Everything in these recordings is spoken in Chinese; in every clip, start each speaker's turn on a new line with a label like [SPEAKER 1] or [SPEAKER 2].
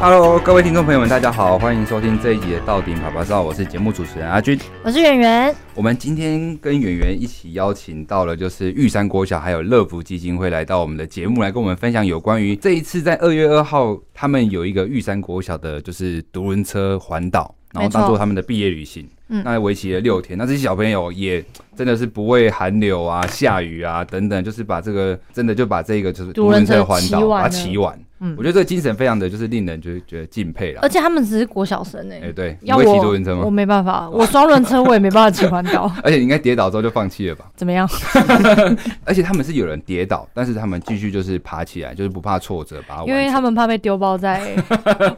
[SPEAKER 1] Hello，各位听众朋友们，大家好，欢迎收听这一集的《到顶啪啪照》，我是节目主持人阿军。
[SPEAKER 2] 我是圆圆，
[SPEAKER 1] 我们今天跟演员一起邀请到了，就是玉山国小还有乐福基金会来到我们的节目，来跟我们分享有关于这一次在二月二号，他们有一个玉山国小的，就是独轮车环岛，然后
[SPEAKER 2] 没错
[SPEAKER 1] 当做他们的毕业旅行。
[SPEAKER 2] 嗯
[SPEAKER 1] 那为期了六天，那这些小朋友也真的是不畏寒流啊、下雨啊等等，就是把这个真的就把这个就是
[SPEAKER 2] 独轮车
[SPEAKER 1] 独环
[SPEAKER 2] 骑
[SPEAKER 1] 岛
[SPEAKER 2] 完
[SPEAKER 1] 把它
[SPEAKER 2] 了
[SPEAKER 1] 骑完。
[SPEAKER 2] 嗯
[SPEAKER 1] 我觉得这个精神非常的就是令人就是觉得敬佩啦
[SPEAKER 2] 而。且他们只是国小生哎、
[SPEAKER 1] 哎、对，你
[SPEAKER 2] 要
[SPEAKER 1] 会骑独
[SPEAKER 2] 我
[SPEAKER 1] 轮车
[SPEAKER 2] 我
[SPEAKER 1] 吗？
[SPEAKER 2] 没办法，我双轮车我也没办法骑环 岛，
[SPEAKER 1] 而且你应该跌倒之后就放弃了吧？
[SPEAKER 2] 怎么样？
[SPEAKER 1] 而且他们是有人跌倒，但是他们继续就是爬起来，就是不怕挫折，把它完
[SPEAKER 2] 因为
[SPEAKER 1] 成。
[SPEAKER 2] 他们怕被丢包在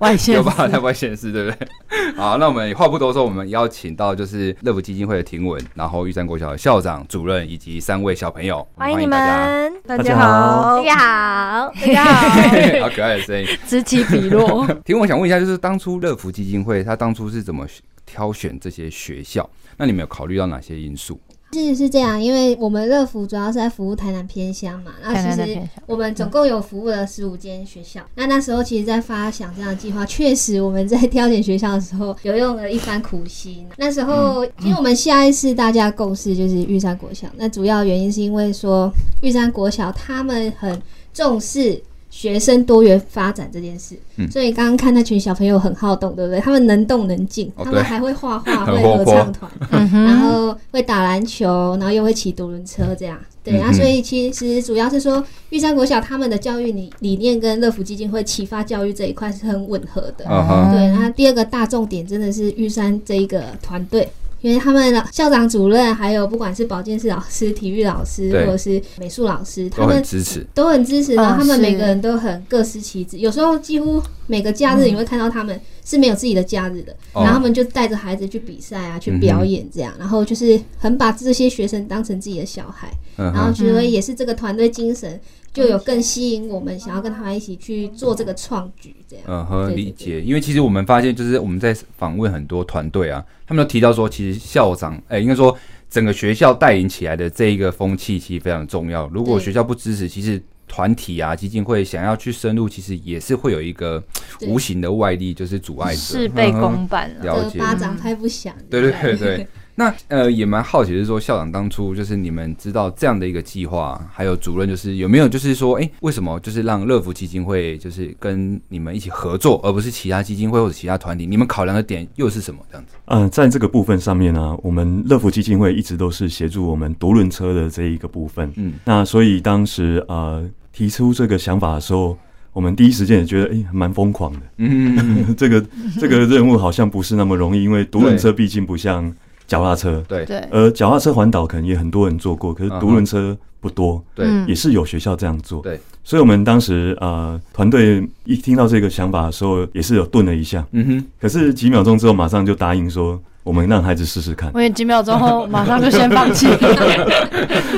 [SPEAKER 2] 外线
[SPEAKER 1] 有，把在外显示，对不 对？好，那我们话不多说，我们邀请到就是乐福基金会的庭文，然后玉山国小的校长、主任以及三位小朋友，
[SPEAKER 2] 欢迎你
[SPEAKER 1] 大家。
[SPEAKER 2] 们，
[SPEAKER 3] 大
[SPEAKER 4] 家好
[SPEAKER 3] 大家好，大家
[SPEAKER 1] 好可爱的声音。
[SPEAKER 2] 此起彼落。
[SPEAKER 1] 庭文，我想问一下，就是当初乐福基金会，他当初是怎么挑选这些学校？那你们有考虑到哪些因素？
[SPEAKER 3] 是是这样，因为我们乐福主要是在服务台南偏乡嘛，那
[SPEAKER 2] 台南
[SPEAKER 3] 其
[SPEAKER 2] 的
[SPEAKER 1] 嗯
[SPEAKER 3] 实
[SPEAKER 2] 偏乡
[SPEAKER 3] 我们总共有服务了十五间学校。那那时候其实，在发想这样的计划，确实我们在挑选学校的时候有用了一番苦心。那时候，
[SPEAKER 1] 嗯
[SPEAKER 3] 其实我们下一次大家共识就是玉山国小，那主要原因是因为说玉山国小他们很重视。学生多元发展这件事，
[SPEAKER 1] 嗯
[SPEAKER 3] 所以刚刚看那群小朋友很好动，对不对？他们能动能静，
[SPEAKER 1] 哦
[SPEAKER 3] 他
[SPEAKER 1] 对
[SPEAKER 3] 们还会画 画，
[SPEAKER 1] 很
[SPEAKER 3] 会
[SPEAKER 1] 活
[SPEAKER 3] 合
[SPEAKER 1] 泼
[SPEAKER 3] 唱团，
[SPEAKER 2] 嗯哼，
[SPEAKER 3] 然后会打篮球，然后又会骑独轮车这样。对，
[SPEAKER 1] 嗯
[SPEAKER 3] 啊，所以其实主要是说玉山国小他们的教育理理念跟乐福基金会启发教育这一块是很吻合的。
[SPEAKER 1] 嗯哼，
[SPEAKER 3] 对，然后第二个大重点真的是玉山这一个团队。因为他们的校长、主任，还有不管是保健室老师、体育老师，
[SPEAKER 1] 对
[SPEAKER 3] 或者是美术老师，他
[SPEAKER 1] 都很
[SPEAKER 3] 们
[SPEAKER 1] 支持。
[SPEAKER 3] 都很支持，
[SPEAKER 1] 啊
[SPEAKER 2] 嗯
[SPEAKER 3] 然后他们
[SPEAKER 2] 是
[SPEAKER 3] 每个人都很各司其职。有时候几乎每个假日你会看到他们是没有自己的假日的，
[SPEAKER 1] 嗯哦嗯
[SPEAKER 3] 然后他们就带着孩子去比赛啊，去表演这样，然后就是很把这些学生当成自己的小孩，
[SPEAKER 1] 嗯
[SPEAKER 3] 然后
[SPEAKER 1] 哼，
[SPEAKER 3] 觉得也是这个团队精神就有更吸引我们，想要跟他们一起去做这个创举这样。
[SPEAKER 1] 嗯哼，
[SPEAKER 3] 啊对对
[SPEAKER 1] 理解。因为其实我们发现，就是我们在访问很多团队啊，他们都提到说，其实校长，哎、应该说整个学校带领起来的这一个风气，其实非常重要。如果
[SPEAKER 3] 对
[SPEAKER 1] 学校不支持，其实团体啊、基金会想要去深入，其实也是会有一个
[SPEAKER 3] 对
[SPEAKER 1] 无形的外力，就是阻碍者。
[SPEAKER 2] 事倍
[SPEAKER 1] 嗯哼。
[SPEAKER 2] 功半了。
[SPEAKER 1] 了
[SPEAKER 3] 这
[SPEAKER 1] 解
[SPEAKER 3] 个巴掌拍不响。
[SPEAKER 1] 对对对 对。那呃，也蛮好奇，就是说校长当初就是你们知道这样的一个计划，还有主任就是有没有就是说，哎、为什么就是让乐福基金会就是跟你们一起合作，而不是其他基金会或者其他团体？你们考量的点又是什么？这样子？
[SPEAKER 4] 嗯，在这个部分上面呢、我们乐福基金会一直都是协助我们独轮车的这一个部分。
[SPEAKER 1] 嗯，
[SPEAKER 4] 那所以当时呃提出这个想法的时候，我们第一时间也觉得，哎、蛮疯狂的。
[SPEAKER 1] 嗯，
[SPEAKER 4] 这 个这个任务好像不是那么容易，因为独轮车毕竟不像脚踏车，
[SPEAKER 1] 对对
[SPEAKER 2] 对，
[SPEAKER 4] 而脚踏车环岛可能也很多人做过，可是
[SPEAKER 1] 嗯哼
[SPEAKER 4] 独轮车不多。
[SPEAKER 1] 对，
[SPEAKER 2] 嗯
[SPEAKER 4] 也是有学校这样做，
[SPEAKER 1] 对，
[SPEAKER 4] 所以我们当时呃团队一听到这个想法的时候，也是有顿了一下，
[SPEAKER 1] 嗯哼，
[SPEAKER 4] 可是几秒钟之后，马上就答应说，我们让孩子试试看。
[SPEAKER 2] 我也几秒 钟后马上就先放弃。
[SPEAKER 1] 嗯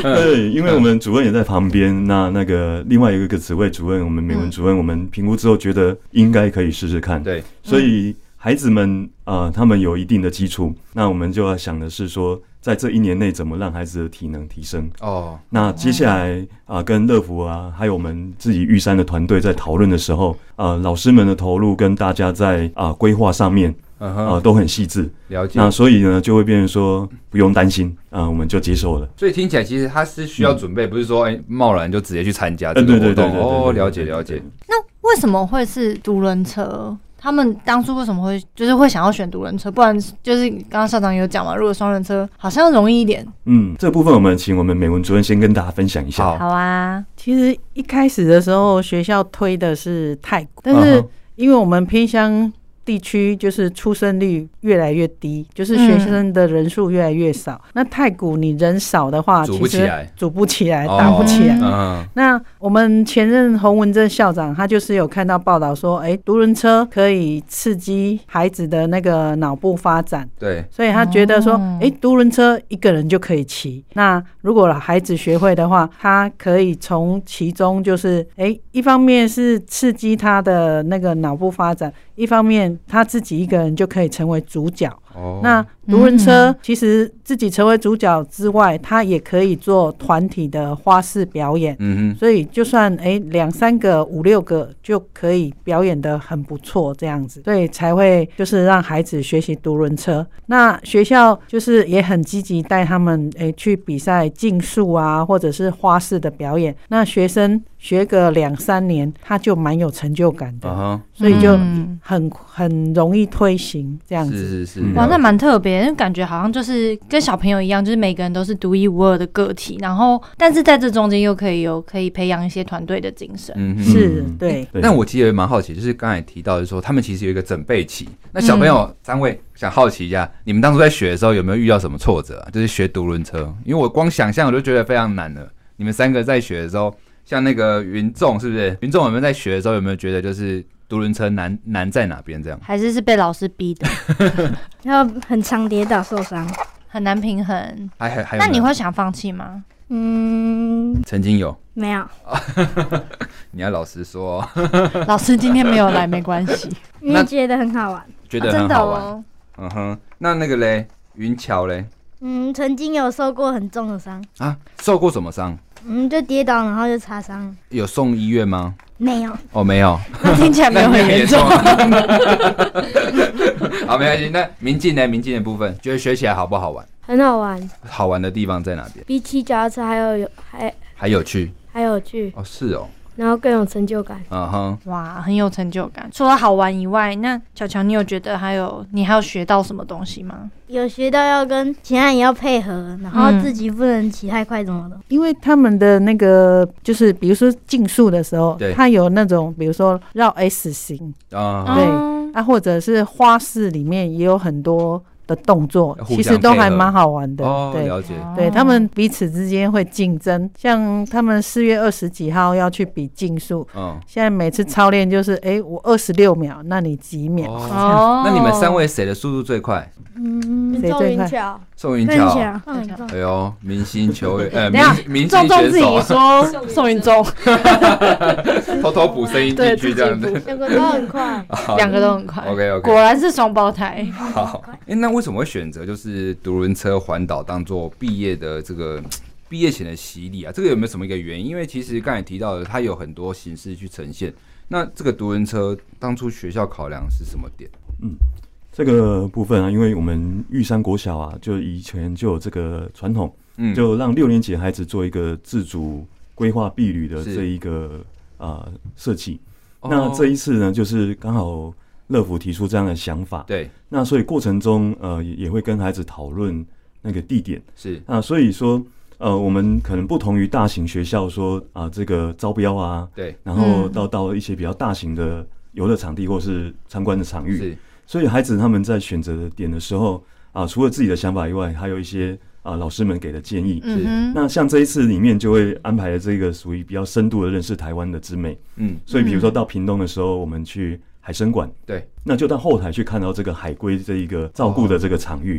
[SPEAKER 4] 对，因为我们主任也在旁边，那那个另外有一个职位主任，我们美文主任，我们评估之后觉得应该可以试试看。，
[SPEAKER 1] 嗯对，
[SPEAKER 4] 所以孩子们啊、呃他们有一定的基础，那我们就要想的是说，在这一年内怎么让孩子的体能提升。
[SPEAKER 1] 哦，
[SPEAKER 4] 那接下来啊、跟乐福啊，还有我们自己玉山的团队在讨论的时候，啊，老师们的投入跟大家在啊规划上面
[SPEAKER 1] 嗯
[SPEAKER 4] 啊、
[SPEAKER 1] 哼，
[SPEAKER 4] 都很细致。
[SPEAKER 1] 了解
[SPEAKER 4] 那。所以呢，就会变成说不用担心啊、我们就接受了。
[SPEAKER 1] 所以听起来其实他是需要准备，不是说哎贸然就直接去参加这
[SPEAKER 4] 呃
[SPEAKER 1] 个
[SPEAKER 4] 对
[SPEAKER 1] 活
[SPEAKER 4] 对对
[SPEAKER 1] 动。
[SPEAKER 4] 对
[SPEAKER 1] 哦，
[SPEAKER 4] 对对
[SPEAKER 1] 了解
[SPEAKER 4] 对
[SPEAKER 1] 了
[SPEAKER 4] 对
[SPEAKER 1] 解。
[SPEAKER 2] 那为什么会是独轮车？他们当初为什么会就是会想要选独轮车？不然就是刚刚校长有讲嘛，如果双轮车好像容易一点。
[SPEAKER 4] 嗯，这部分我们请我们美文主任先跟大家分享一下。
[SPEAKER 1] 好，
[SPEAKER 2] 好啊，
[SPEAKER 5] 其实一开始的时候，学校推的是泰国，但是因为我们偏乡地区，就是出生率越来越低，就是学生的人数越来越少。那太古你人少的话，
[SPEAKER 1] 组不
[SPEAKER 5] 其
[SPEAKER 1] 起
[SPEAKER 5] 实
[SPEAKER 1] 来
[SPEAKER 5] 组不起来，
[SPEAKER 1] 哦
[SPEAKER 5] 打不起来。
[SPEAKER 2] 嗯
[SPEAKER 1] 嗯，
[SPEAKER 5] 那我们前任洪文正校长，他就是有看到报道说，哎，独轮车可以刺激孩子的那个脑部发展，
[SPEAKER 1] 对，
[SPEAKER 5] 所以他觉得说
[SPEAKER 2] 哦，
[SPEAKER 5] 诶，独轮车一个人就可以骑。那如果孩子学会的话，他可以从其中就是，诶，一方面是刺激他的那个脑部发展，一方面他自己一个人就可以成为主角。
[SPEAKER 1] 哦，
[SPEAKER 5] 那独轮车其实自己成为主角之外，它也可以做团体的花式表演。
[SPEAKER 1] 嗯哼，
[SPEAKER 5] 所以就算哎两三个五六个就可以表演的很不错这样子，所以才会就是让孩子学习独轮车。那学校就是也很积极带他们哎去比赛竞速啊，或者是花式的表演。那学生学个两三年，他就蛮有成就感的，
[SPEAKER 1] 啊
[SPEAKER 5] 所以就
[SPEAKER 2] 嗯
[SPEAKER 5] 很很容易推行这
[SPEAKER 1] 哈，
[SPEAKER 5] 样
[SPEAKER 1] 是
[SPEAKER 5] 子。
[SPEAKER 1] 是是，
[SPEAKER 4] 嗯
[SPEAKER 2] 哇，那蛮特别，因为感觉好像就是跟小朋友一样，就是每个人都是独一无二的个体，然后但是在这中间又可以有可以培养一些团队的精神。
[SPEAKER 1] 嗯哼。
[SPEAKER 5] 是
[SPEAKER 4] 嗯
[SPEAKER 5] 对，
[SPEAKER 4] 对
[SPEAKER 1] 那我其实也蛮好奇，就是刚才提到，就是说他们其实有一个准备期。那小朋
[SPEAKER 2] 嗯
[SPEAKER 1] 友三位想好奇一下，你们当初在学的时候有没有遇到什么挫折啊？就是学独轮车，因为我光想象我就觉得非常难了。你们三个在学的时候，像那个云众是不是？云众有没有在学的时候有没有觉得就是独轮车难难在哪边这样？
[SPEAKER 2] 还是是被老师逼的，
[SPEAKER 6] 然后很常跌倒受伤。很
[SPEAKER 2] 很难平衡。
[SPEAKER 1] 还还还有
[SPEAKER 2] 那
[SPEAKER 1] 呢？
[SPEAKER 2] 你会想放弃吗？
[SPEAKER 6] 嗯，
[SPEAKER 1] 曾经有？
[SPEAKER 6] 没有，
[SPEAKER 1] 你要老实说 哦，
[SPEAKER 2] 老师今天没有来没关系，
[SPEAKER 6] 因
[SPEAKER 1] 那
[SPEAKER 6] 为觉得很好玩。
[SPEAKER 1] 觉
[SPEAKER 2] 哦
[SPEAKER 1] 得
[SPEAKER 2] 真
[SPEAKER 1] 很
[SPEAKER 2] 的
[SPEAKER 1] 好玩。
[SPEAKER 2] 哦。
[SPEAKER 1] 嗯哼，那那个嘞，云桥嘞
[SPEAKER 6] 嗯，曾经有受过很重的伤，
[SPEAKER 1] 啊，受过什么伤？
[SPEAKER 6] 嗯，就跌倒然后就擦伤。
[SPEAKER 1] 有送医院吗？
[SPEAKER 6] 没有，
[SPEAKER 1] 哦，没有。
[SPEAKER 2] 那听起来没有很严重。
[SPEAKER 1] 好，没关系。那民进呢？民进的部分，觉得学起来好不好玩？
[SPEAKER 7] 很好玩，
[SPEAKER 1] 好玩的地方在哪边？
[SPEAKER 7] 比起脚踏车还有有还
[SPEAKER 1] 还有趣
[SPEAKER 7] 还有趣，
[SPEAKER 1] 哦，是哦，
[SPEAKER 7] 然后更有成就感。
[SPEAKER 1] 嗯哼，
[SPEAKER 2] 哇，很有成就感。除了好玩以外，那巧巧，你有觉得还有你还有学到什么东西吗？
[SPEAKER 6] 有学到要跟其他人要配合，然后
[SPEAKER 2] 嗯
[SPEAKER 6] 自己不能骑太快什么的。
[SPEAKER 5] 因为他们的那个就是，比如说竞速的时候
[SPEAKER 1] 对，
[SPEAKER 5] 它有那种比如说绕 S 型
[SPEAKER 1] 啊、
[SPEAKER 5] 对
[SPEAKER 2] 嗯
[SPEAKER 5] 啊，或者是花式里面也有很多的动作
[SPEAKER 1] 要，互
[SPEAKER 5] 其
[SPEAKER 1] 相
[SPEAKER 5] 实都还
[SPEAKER 1] 配合
[SPEAKER 5] 蛮好玩的。
[SPEAKER 1] 哦，
[SPEAKER 5] 对，
[SPEAKER 1] 了解，
[SPEAKER 5] 对他们彼此之间会竞争，像他们四月二十几号要去比竞速，
[SPEAKER 1] 嗯，
[SPEAKER 5] 现在每次操练就是，哎、我二十六秒，那你几秒？
[SPEAKER 1] 哦，
[SPEAKER 2] 哦
[SPEAKER 1] 那你们三位谁的速度最快？
[SPEAKER 6] 嗯，
[SPEAKER 5] 谁最快？
[SPEAKER 7] 巧，
[SPEAKER 1] 宋云
[SPEAKER 6] 看一
[SPEAKER 1] 桥，
[SPEAKER 6] 下，
[SPEAKER 2] 放很重
[SPEAKER 1] 哎呦，明星球员，呃，
[SPEAKER 2] 等一下
[SPEAKER 1] 明明
[SPEAKER 2] 重
[SPEAKER 1] 星
[SPEAKER 2] 重自
[SPEAKER 1] 选
[SPEAKER 2] 己
[SPEAKER 1] 手，啊
[SPEAKER 2] 说宋云中，
[SPEAKER 1] 偷偷补声音
[SPEAKER 2] 对
[SPEAKER 1] 进去这样子，。
[SPEAKER 7] 两个都很快
[SPEAKER 1] 好
[SPEAKER 2] 两个都很快。
[SPEAKER 1] OK，OK
[SPEAKER 2] 果然是双胞胎。
[SPEAKER 1] 好，哎、那为什么会选择就是独轮车环岛当做毕业的这个毕业前的洗礼啊？这个有没有什么一个原因？因为其实刚才提到的，它有很多形式去呈现。那这个独轮车当初学校考量是什么点？
[SPEAKER 4] 这个部分啊，因为我们玉山国小啊，就以前就有这个传统，
[SPEAKER 1] 嗯，
[SPEAKER 4] 就让六年级的孩子做一个自主规划避旅的
[SPEAKER 1] 是
[SPEAKER 4] 这一个啊设计。
[SPEAKER 1] 哦
[SPEAKER 4] 那这一次呢，就是刚好乐福提出这样的想法，
[SPEAKER 1] 对
[SPEAKER 4] 那所以过程中呃也也会跟孩子讨论那个地点。
[SPEAKER 1] 是
[SPEAKER 4] 那所以说呃，我们可能不同于大型学校说啊、这个招标啊，
[SPEAKER 1] 对
[SPEAKER 4] 然后
[SPEAKER 2] 嗯
[SPEAKER 4] 到到一些比较大型的游乐场地或是参观的场域，
[SPEAKER 1] 是
[SPEAKER 4] 所以孩子他们在选择的点的时候啊，除了自己的想法以外，还有一些啊老师们给的建议。
[SPEAKER 2] 嗯哼，
[SPEAKER 4] 那像这一次里面就会安排了这个属于比较深度的认识台湾的之美，
[SPEAKER 1] 嗯
[SPEAKER 4] 所以比如说到屏东的时候，我们去海参馆，
[SPEAKER 1] 对，哦
[SPEAKER 4] 那就到后台去看到这个海龟这一个照顾的这个场域，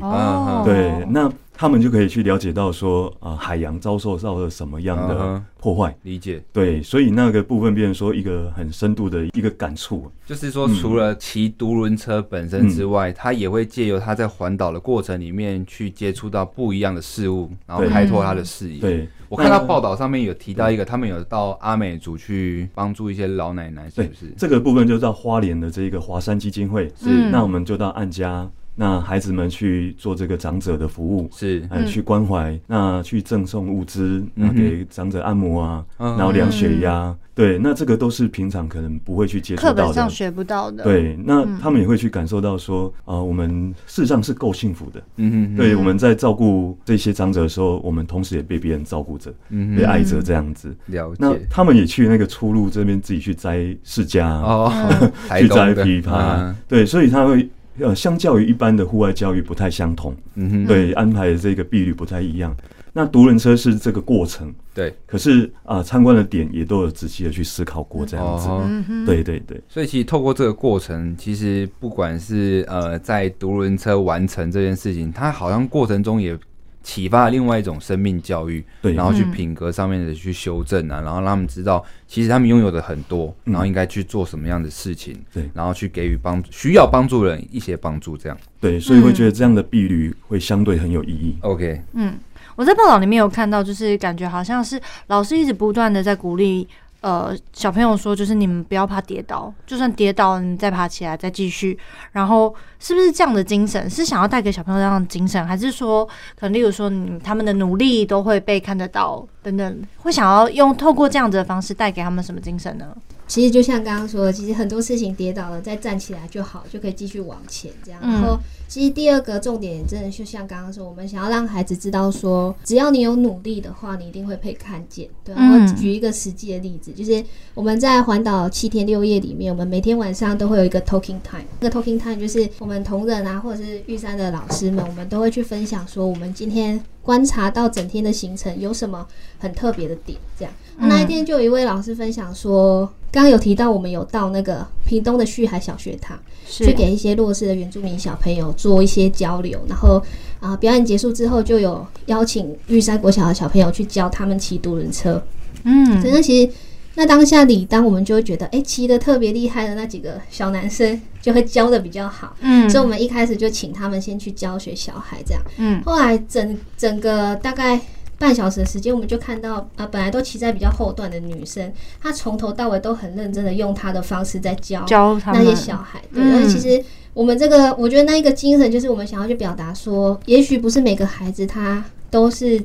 [SPEAKER 1] 嗯
[SPEAKER 2] 哦
[SPEAKER 1] 嗯
[SPEAKER 4] 对，那他们就可以去了解到说啊、海洋遭受到了什么样
[SPEAKER 1] 嗯
[SPEAKER 4] 的
[SPEAKER 1] 哼
[SPEAKER 4] 破坏，
[SPEAKER 1] 理解，
[SPEAKER 4] 对，所以那个部分变成说一个很深度的一个感触，
[SPEAKER 1] 就是说
[SPEAKER 4] 嗯
[SPEAKER 1] 除了骑独轮车本身之外，他也会借由他在环岛的过程里面去接触到不一样的事物，然后
[SPEAKER 4] 对
[SPEAKER 1] 开拓他的视野。
[SPEAKER 4] 对，
[SPEAKER 1] 我看到报道上面有提到一个，他们有到阿美族去帮助一些老奶奶，是
[SPEAKER 4] 对
[SPEAKER 1] 不是？
[SPEAKER 4] 这个部分就到花莲的这一个华山基金会，
[SPEAKER 2] 嗯
[SPEAKER 1] 是
[SPEAKER 4] 那我们就到按家，那孩子们去做这个长者的服务，
[SPEAKER 1] 是，
[SPEAKER 2] 嗯
[SPEAKER 4] 呃，去关怀，那去赠送物资，那给长者按摩啊，
[SPEAKER 1] 嗯
[SPEAKER 4] 然后量血压，对，那这个都是平常可能不会去接
[SPEAKER 2] 嗯
[SPEAKER 4] 触
[SPEAKER 2] 课本
[SPEAKER 4] 到
[SPEAKER 2] 上
[SPEAKER 4] 的。
[SPEAKER 2] 学不到的。，
[SPEAKER 4] 对，那他们也会去感受到说，啊、我们事实上是够幸福的。
[SPEAKER 1] 嗯嗯，
[SPEAKER 4] 对，我们在照顾这些长者的时候，我们同时也被别人照顾着，
[SPEAKER 1] 嗯
[SPEAKER 4] 被
[SPEAKER 1] 哼，
[SPEAKER 4] 爱着这样子。
[SPEAKER 1] 了
[SPEAKER 4] 那
[SPEAKER 1] 解。
[SPEAKER 4] 他们也去那个出路这边自己去摘释迦啊、
[SPEAKER 1] 哦，台
[SPEAKER 4] 去
[SPEAKER 1] 东
[SPEAKER 4] 摘
[SPEAKER 1] 的
[SPEAKER 4] 枇杷
[SPEAKER 1] 嗯，
[SPEAKER 4] 对，所以他会呃，相较于一般的户外教育不太相同，
[SPEAKER 1] 嗯哼，
[SPEAKER 4] 对，安排的这个比率不太一样。那独轮车是这个过程，
[SPEAKER 1] 对，
[SPEAKER 4] 可是啊、参观的点也都有仔细的去思考过这样子，
[SPEAKER 1] 哦，
[SPEAKER 4] 对对对，
[SPEAKER 1] 所以其实透过这个过程，其实不管是呃在独轮车完成这件事情，它好像过程中也启发了另外一种生命教育，
[SPEAKER 4] 对
[SPEAKER 1] 然后去
[SPEAKER 2] 嗯
[SPEAKER 1] 品格上面的去修正啊，然后让他们知道其实他们拥有的很多，
[SPEAKER 4] 嗯
[SPEAKER 1] 然后应该去做什么样的事情，
[SPEAKER 4] 对
[SPEAKER 1] 然后去给予帮助需要帮助人一些帮助，这样
[SPEAKER 4] 对，所以会觉得这样的比率会相对很有意义。
[SPEAKER 1] OK，
[SPEAKER 2] 嗯，我在报道里面有看到，就是感觉好像是老师一直不断的在鼓励呃小朋友说，就是你们不要怕跌倒，就算跌倒，你再爬起来，再继续。然后是不是这样的精神？是想要带给小朋友这样的精神，还是说可能例如说你他们的努力都会被看得到等等，会想要用透过这样子的方式带给他们什么精神呢？
[SPEAKER 3] 其实就像刚刚说的，其实很多事情跌倒了再站起来就好，就可以继续往前这样。
[SPEAKER 2] 嗯
[SPEAKER 3] 然后，其实第二个重点真的就像刚刚说，我们想要让孩子知道说，只要你有努力的话，你一定会被看见。对啊、
[SPEAKER 2] 嗯
[SPEAKER 3] 我举一个实际的例子，就是我们在环岛七天六夜里面，我们每天晚上都会有一个 talking time。那个 talking time 就是我们同仁啊，或者是玉山的老师们，我们都会去分享说，我们今天观察到整天的行程有什么很特别的点，这样。
[SPEAKER 2] 嗯
[SPEAKER 3] 哦那一天就有一位老师分享说，刚刚有提到我们有到那个屏东的旭海小学堂，
[SPEAKER 2] 嗯是
[SPEAKER 3] 去给一些弱势的原住民小朋友做一些交流，然后啊、表演结束之后就有邀请玉山国小的小朋友去教他们骑独轮车。
[SPEAKER 2] 嗯
[SPEAKER 3] 真的，其实那当下里，当我们就会觉得，哎、骑的特别厉害的那几个小男生就会教的比较好，
[SPEAKER 2] 嗯
[SPEAKER 3] 所以我们一开始就请他们先去教学小孩这样。
[SPEAKER 2] 嗯
[SPEAKER 3] 后来整整个大概半小时的时间，我们就看到，呃，本来都骑在比较后段的女生，她从头到尾都很认真的用她的方式在教
[SPEAKER 2] 教他
[SPEAKER 3] 那
[SPEAKER 2] 们
[SPEAKER 3] 些小孩。对，
[SPEAKER 2] 嗯
[SPEAKER 3] 而且其实我们这个，我觉得那一个精神就是我们想要去表达说，也许不是每个孩子他都是。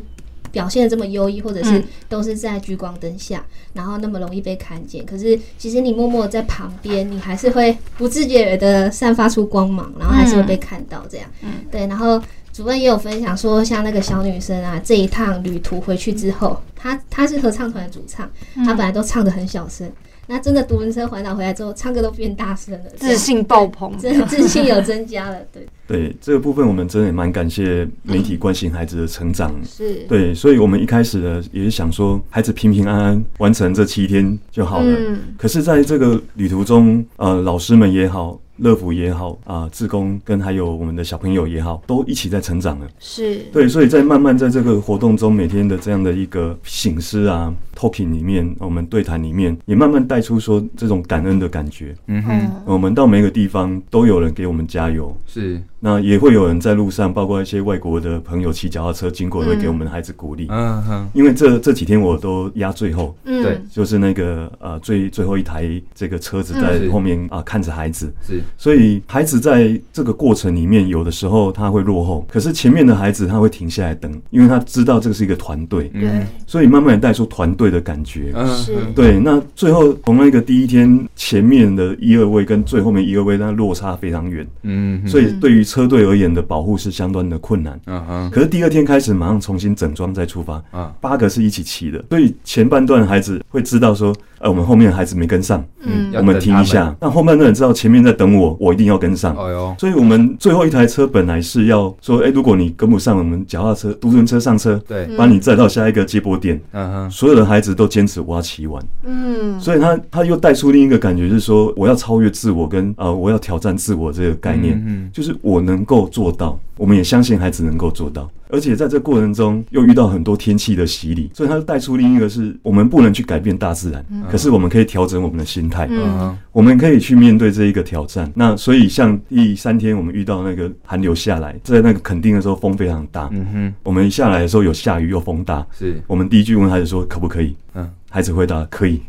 [SPEAKER 3] 表现的这么优异，或者是
[SPEAKER 2] 嗯
[SPEAKER 3] 都是在聚光灯下，然后那么容易被看见。可是其实你默默地在旁边，你还是会不自觉的散发出光芒，然后还是会被看到这样。
[SPEAKER 2] 嗯
[SPEAKER 3] 对，然后主任也有分享说，像那个小女生啊，这一趟旅途回去之后，她她是合唱团的主唱，她本来都唱得很小声，那真的独轮车环岛回来之后，唱歌都变大声了，
[SPEAKER 2] 自信爆棚，
[SPEAKER 3] 真的自信有增加了，对，
[SPEAKER 4] 对这个部分，我们真的也蛮感谢媒
[SPEAKER 2] 嗯
[SPEAKER 4] 体关心孩子的成长。
[SPEAKER 2] 是
[SPEAKER 4] 对，所以我们一开始呢，也是想说，孩子平平安安完成这七天就好了。
[SPEAKER 2] 嗯
[SPEAKER 4] 可是，在这个旅途中，呃，老师们也好，乐福也好，啊、志工跟还有我们的小朋友也好，都一起在成长了。
[SPEAKER 2] 是
[SPEAKER 4] 对，所以在慢慢在这个活动中，每天的这样的一个醒思啊，talking 里面，我们对谈里面，也慢慢带出说这种感恩的感觉。
[SPEAKER 1] 嗯哼，
[SPEAKER 2] 嗯
[SPEAKER 4] 我们到每个地方都有人给我们加油，
[SPEAKER 1] 是，
[SPEAKER 4] 那也会有人在路上，包括一些外国的朋友骑脚踏车经过，会给我们孩子鼓励。
[SPEAKER 1] 嗯哼，
[SPEAKER 4] 因为这这几天我都压最后，
[SPEAKER 1] 对
[SPEAKER 2] 嗯
[SPEAKER 4] 就是那个呃最最后一台这个车子在
[SPEAKER 1] 嗯
[SPEAKER 4] 后面啊、看着孩子，
[SPEAKER 1] 是
[SPEAKER 4] 所以孩子在这个过程里面，有的时候他会落后，可是前面的孩子他会停下来等，因为他知道这个是一个团队，
[SPEAKER 1] 嗯哼
[SPEAKER 4] 所以慢慢地带出团队的感觉。
[SPEAKER 1] 嗯
[SPEAKER 2] 是
[SPEAKER 1] 哼，
[SPEAKER 4] 对，那最后从那个第一天前面的一二位跟最后面一二位，那落差非常远，
[SPEAKER 1] 嗯哼，
[SPEAKER 4] 所以对于车队而言的保护是相当的困难。
[SPEAKER 1] 嗯哼，
[SPEAKER 4] 可是第二天开始，马上重新整装再出发，
[SPEAKER 1] 啊，
[SPEAKER 4] 八个是一起骑的，所以前半段孩子会知道说，呃，我们后面的孩子没跟上，
[SPEAKER 2] 嗯
[SPEAKER 1] 要
[SPEAKER 4] 我们
[SPEAKER 1] 等
[SPEAKER 4] 停
[SPEAKER 1] 他
[SPEAKER 4] 一
[SPEAKER 1] 们
[SPEAKER 4] 下。那后半段知道前面在等我，我一定要跟上。
[SPEAKER 1] 哦哟，
[SPEAKER 4] 所以我们最后一台车本来是要说，哎、如果你跟不上，我们脚踏车、独轮车上车，
[SPEAKER 1] 对，
[SPEAKER 2] 嗯
[SPEAKER 4] 把你载到下一个接驳点。
[SPEAKER 1] 嗯哼，
[SPEAKER 4] 所有的孩子都坚持我要骑完，
[SPEAKER 2] 嗯
[SPEAKER 4] 所以他他又带出另一个感觉，就是说我要超越自我跟啊、呃我要挑战自我这个概念。
[SPEAKER 1] 嗯
[SPEAKER 4] 就是我能够做到，我们也相信孩子能够做到，而且在这过程中又遇到很多天气的洗礼，所以他带出另一个是我们不能去改变大自然，可是我们可以调整我们的心态，
[SPEAKER 1] 嗯哼，
[SPEAKER 4] 我们可以去面对这一个挑战。那所以像第三天我们遇到那个寒流下来，在那个垦丁的时候风非常大，
[SPEAKER 1] 嗯哼，
[SPEAKER 4] 我们一下来的时候有下雨又风大，
[SPEAKER 1] 是，
[SPEAKER 4] 我们第一句问孩子说可不可以，
[SPEAKER 1] 嗯
[SPEAKER 4] 孩子回答可以，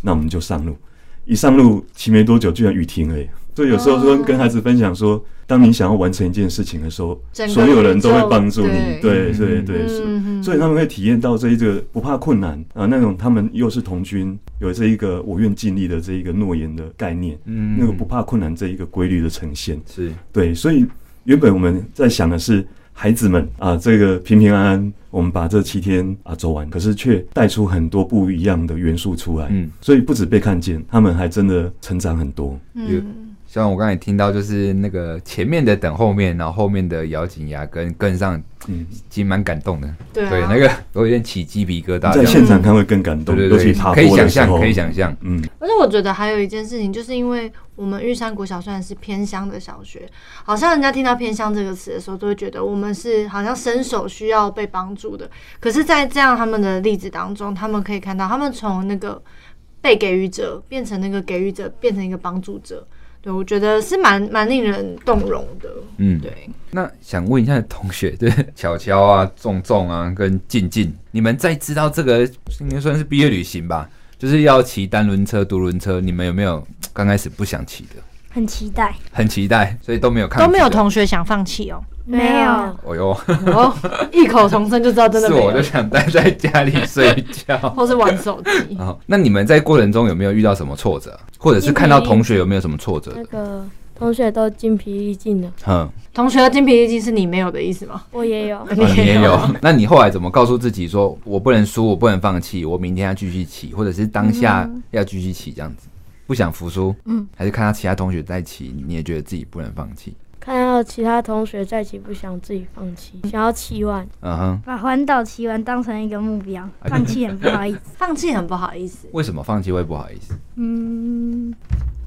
[SPEAKER 4] 那我们就上路。一上路骑没多久，居然雨停了耶。所以有时候说跟孩子分享说，当你想要完成一件事情的时候，
[SPEAKER 2] 整个
[SPEAKER 4] 所有人都会帮助你
[SPEAKER 2] 宇。宙
[SPEAKER 4] 对对
[SPEAKER 1] 嗯
[SPEAKER 4] 对，是。
[SPEAKER 2] 嗯
[SPEAKER 4] 所以他们会体验到这一个不怕困难啊，那种他们又是童军，有这一个我愿尽力的这一个诺言的概念，
[SPEAKER 1] 嗯
[SPEAKER 4] 那个不怕困难这一个规律的呈现。
[SPEAKER 1] 是，
[SPEAKER 4] 对，所以原本我们在想的是孩子们啊，这个平平安安，我们把这七天啊走完，可是却带出很多不一样的元素出来。
[SPEAKER 1] 嗯，
[SPEAKER 2] 嗯
[SPEAKER 4] 所以不止被看见，他们还真的成长很多。
[SPEAKER 1] 有像我刚才听到，就是那个前面的等后面，然后后面的咬紧牙根跟上，
[SPEAKER 4] 嗯，
[SPEAKER 1] 其实蛮感动的。
[SPEAKER 2] 对啊，
[SPEAKER 1] 对，那个我有点起鸡皮疙瘩这
[SPEAKER 4] 在
[SPEAKER 1] 样。
[SPEAKER 4] 现场看会更感动，
[SPEAKER 1] 嗯对
[SPEAKER 4] 尤
[SPEAKER 1] 对
[SPEAKER 4] 其
[SPEAKER 1] 对，
[SPEAKER 4] 爬
[SPEAKER 1] 可以
[SPEAKER 4] 坡
[SPEAKER 1] 想
[SPEAKER 4] 的时
[SPEAKER 1] 象，
[SPEAKER 4] 候
[SPEAKER 1] 可以，想象。
[SPEAKER 4] 嗯，
[SPEAKER 2] 而且我觉得还有一件事情，就是因为我们玉山国小虽然是偏乡的小学，好像人家听到偏乡这个词的时候，都会觉得我们是好像伸手需要被帮助的。可是，在这样他们的例子当中，他们可以看到，他们从那个被给予者变成那个给予者，变成一个帮助者。对，我觉得是蛮蛮令人动容的。
[SPEAKER 1] 嗯，
[SPEAKER 2] 对，
[SPEAKER 1] 那想问一下同学， 就是巧巧啊、重重啊跟静静，你们在知道这个应该算是毕业旅行吧，就是要骑单轮车、独轮车，你们有没有刚开始不想骑的？
[SPEAKER 6] 很期待。
[SPEAKER 1] 很期待，所以都没有看，
[SPEAKER 2] 都没有。同学想放 弃哦，
[SPEAKER 6] 没有，
[SPEAKER 1] 哦哟，
[SPEAKER 2] 哦，异口同声就知道 真的
[SPEAKER 1] 是
[SPEAKER 2] 没
[SPEAKER 1] 我就
[SPEAKER 2] 有，
[SPEAKER 1] 想待在家里睡觉。
[SPEAKER 2] 或是玩手机。
[SPEAKER 1] 哦，那你们在过程中有没有遇到什么挫折，或者是
[SPEAKER 2] 嗯
[SPEAKER 1] 看到同学有没有什么挫折
[SPEAKER 7] 那
[SPEAKER 1] 的？
[SPEAKER 7] 个同学都精疲力尽了，
[SPEAKER 1] 嗯，
[SPEAKER 2] 同学的精疲力尽是你没有的意思吗？
[SPEAKER 7] 我也有。
[SPEAKER 1] 啊 你也有。 那你后来怎么告诉自己说，我不能输，我不能放弃，我明天要继续骑，或者是当下要继续骑这样子？不想服输，嗯，还是看到其他同学在骑，你也觉得自己不能放弃，
[SPEAKER 7] 看到其他同学在一起，不想自己放弃，想要骑完。
[SPEAKER 1] 嗯哼。
[SPEAKER 6] 把环岛骑完当成一个目标，放弃很不好意思。
[SPEAKER 2] 放弃很不好意思。
[SPEAKER 1] 为什么放弃会不好意思？
[SPEAKER 6] 嗯，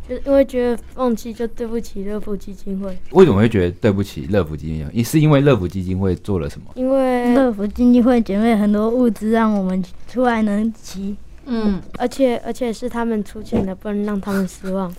[SPEAKER 7] 就是因为觉得放弃就对不起乐福基金会，
[SPEAKER 1] 为什么会觉得对不起乐福基金会？是因为乐福基金会做了什么？
[SPEAKER 7] 因为
[SPEAKER 6] 乐福基金会准备很多物资让我们出来能骑。
[SPEAKER 2] 嗯，
[SPEAKER 7] 而且而且是他们出钱的，不能让他们失望。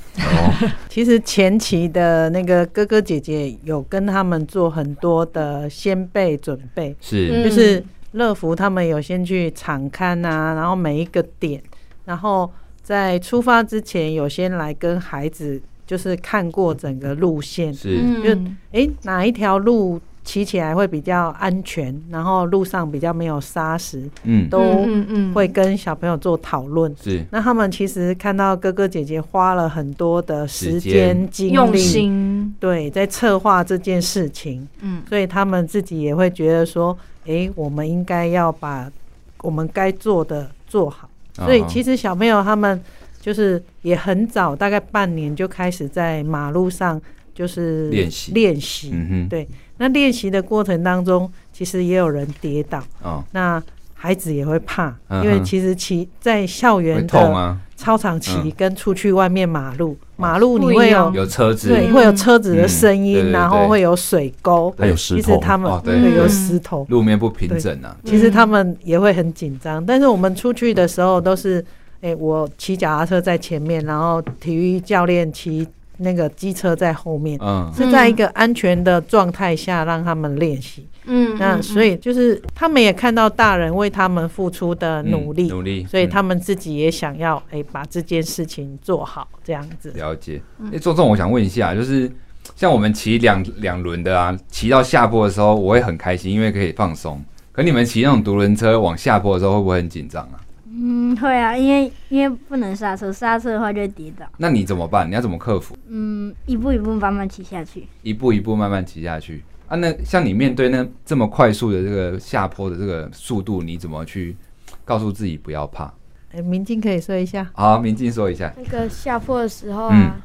[SPEAKER 5] 其实前期的那个哥哥姐姐有跟他们做很多的先辈准备，
[SPEAKER 1] 是，
[SPEAKER 2] 嗯
[SPEAKER 5] 就是乐福他们有先去场刊啊，然后每一个点，然后在出发之前有先来跟孩子就是看过整个路线，
[SPEAKER 1] 是，
[SPEAKER 2] 嗯
[SPEAKER 5] 诶，哪一条路骑起来会比较安全，然后路上比较没有沙石，
[SPEAKER 1] 嗯，
[SPEAKER 5] 都
[SPEAKER 2] 嗯嗯
[SPEAKER 5] 会跟小朋友做讨论。
[SPEAKER 1] 是，
[SPEAKER 5] 那他们其实看到哥哥姐姐花了很多的时
[SPEAKER 1] 时间
[SPEAKER 5] 间、精力、
[SPEAKER 2] 用心，
[SPEAKER 5] 对，在策划这件事情，
[SPEAKER 2] 嗯
[SPEAKER 5] 所以他们自己也会觉得说，诶，我们应该要把我们该做的做好。所以其
[SPEAKER 1] 实
[SPEAKER 5] 实小朋友他们就是也很早，大概半年就开始在马路上就是
[SPEAKER 1] 练习
[SPEAKER 5] 练习。
[SPEAKER 1] 嗯哼，
[SPEAKER 5] 对，那练习的过程当中，其实也有人跌倒，
[SPEAKER 1] 哦，
[SPEAKER 5] 那孩子也会怕，
[SPEAKER 1] 嗯哼
[SPEAKER 5] 因为其实骑在校
[SPEAKER 1] 会
[SPEAKER 5] 园
[SPEAKER 1] 痛
[SPEAKER 5] 的
[SPEAKER 1] 啊，
[SPEAKER 5] 操场
[SPEAKER 1] 嗯
[SPEAKER 5] 骑跟出去外面马路，马路你会
[SPEAKER 2] 不一
[SPEAKER 5] 有
[SPEAKER 2] 样
[SPEAKER 1] 有车子，
[SPEAKER 5] 对
[SPEAKER 2] 嗯
[SPEAKER 5] 会有车子的声
[SPEAKER 1] 嗯
[SPEAKER 5] 音，
[SPEAKER 1] 对对对
[SPEAKER 5] 然后会有水沟，
[SPEAKER 4] 还有石
[SPEAKER 5] 其实
[SPEAKER 4] 头，
[SPEAKER 5] 他们
[SPEAKER 1] 哦对
[SPEAKER 5] 会有
[SPEAKER 2] 嗯
[SPEAKER 5] 石头，
[SPEAKER 1] 路面不平整啊，
[SPEAKER 5] 其实他们也会很紧张，但是我们出去的时候都是，哎、我骑脚踏车在前面，然后体育教练骑那个机车在后面，
[SPEAKER 1] 嗯，
[SPEAKER 5] 是在一个安全的状态下让他们练习。
[SPEAKER 2] 嗯
[SPEAKER 5] 那所以就是他们也看到大人为他们付出的
[SPEAKER 1] 嗯
[SPEAKER 5] 努力，
[SPEAKER 1] 努力，
[SPEAKER 5] 所以
[SPEAKER 1] 嗯
[SPEAKER 5] 他们自己也想要哎、把这件事情做好，这样子。
[SPEAKER 1] 了解。哎、做这种我想问一下，就是像我们骑两两轮的啊，骑到下坡的时候，我会很开心，因为可以放松。可你们骑那种独轮车往下坡的时候，会不会很紧张啊？
[SPEAKER 6] 嗯，会啊，因为因为不能刹车，刹车的话就会跌倒。
[SPEAKER 1] 那你怎么办？你要怎么克服？
[SPEAKER 6] 嗯，一步一步慢慢骑下去。
[SPEAKER 1] 一步一步慢慢骑下去啊？那像你面对那这么快速的这个下坡的这个速度，你怎么去告诉自己不要怕？
[SPEAKER 5] 哎、明静可以说一下，
[SPEAKER 1] 好，明静说一下。
[SPEAKER 7] 那个下坡的时候
[SPEAKER 1] 嗯
[SPEAKER 7] 啊，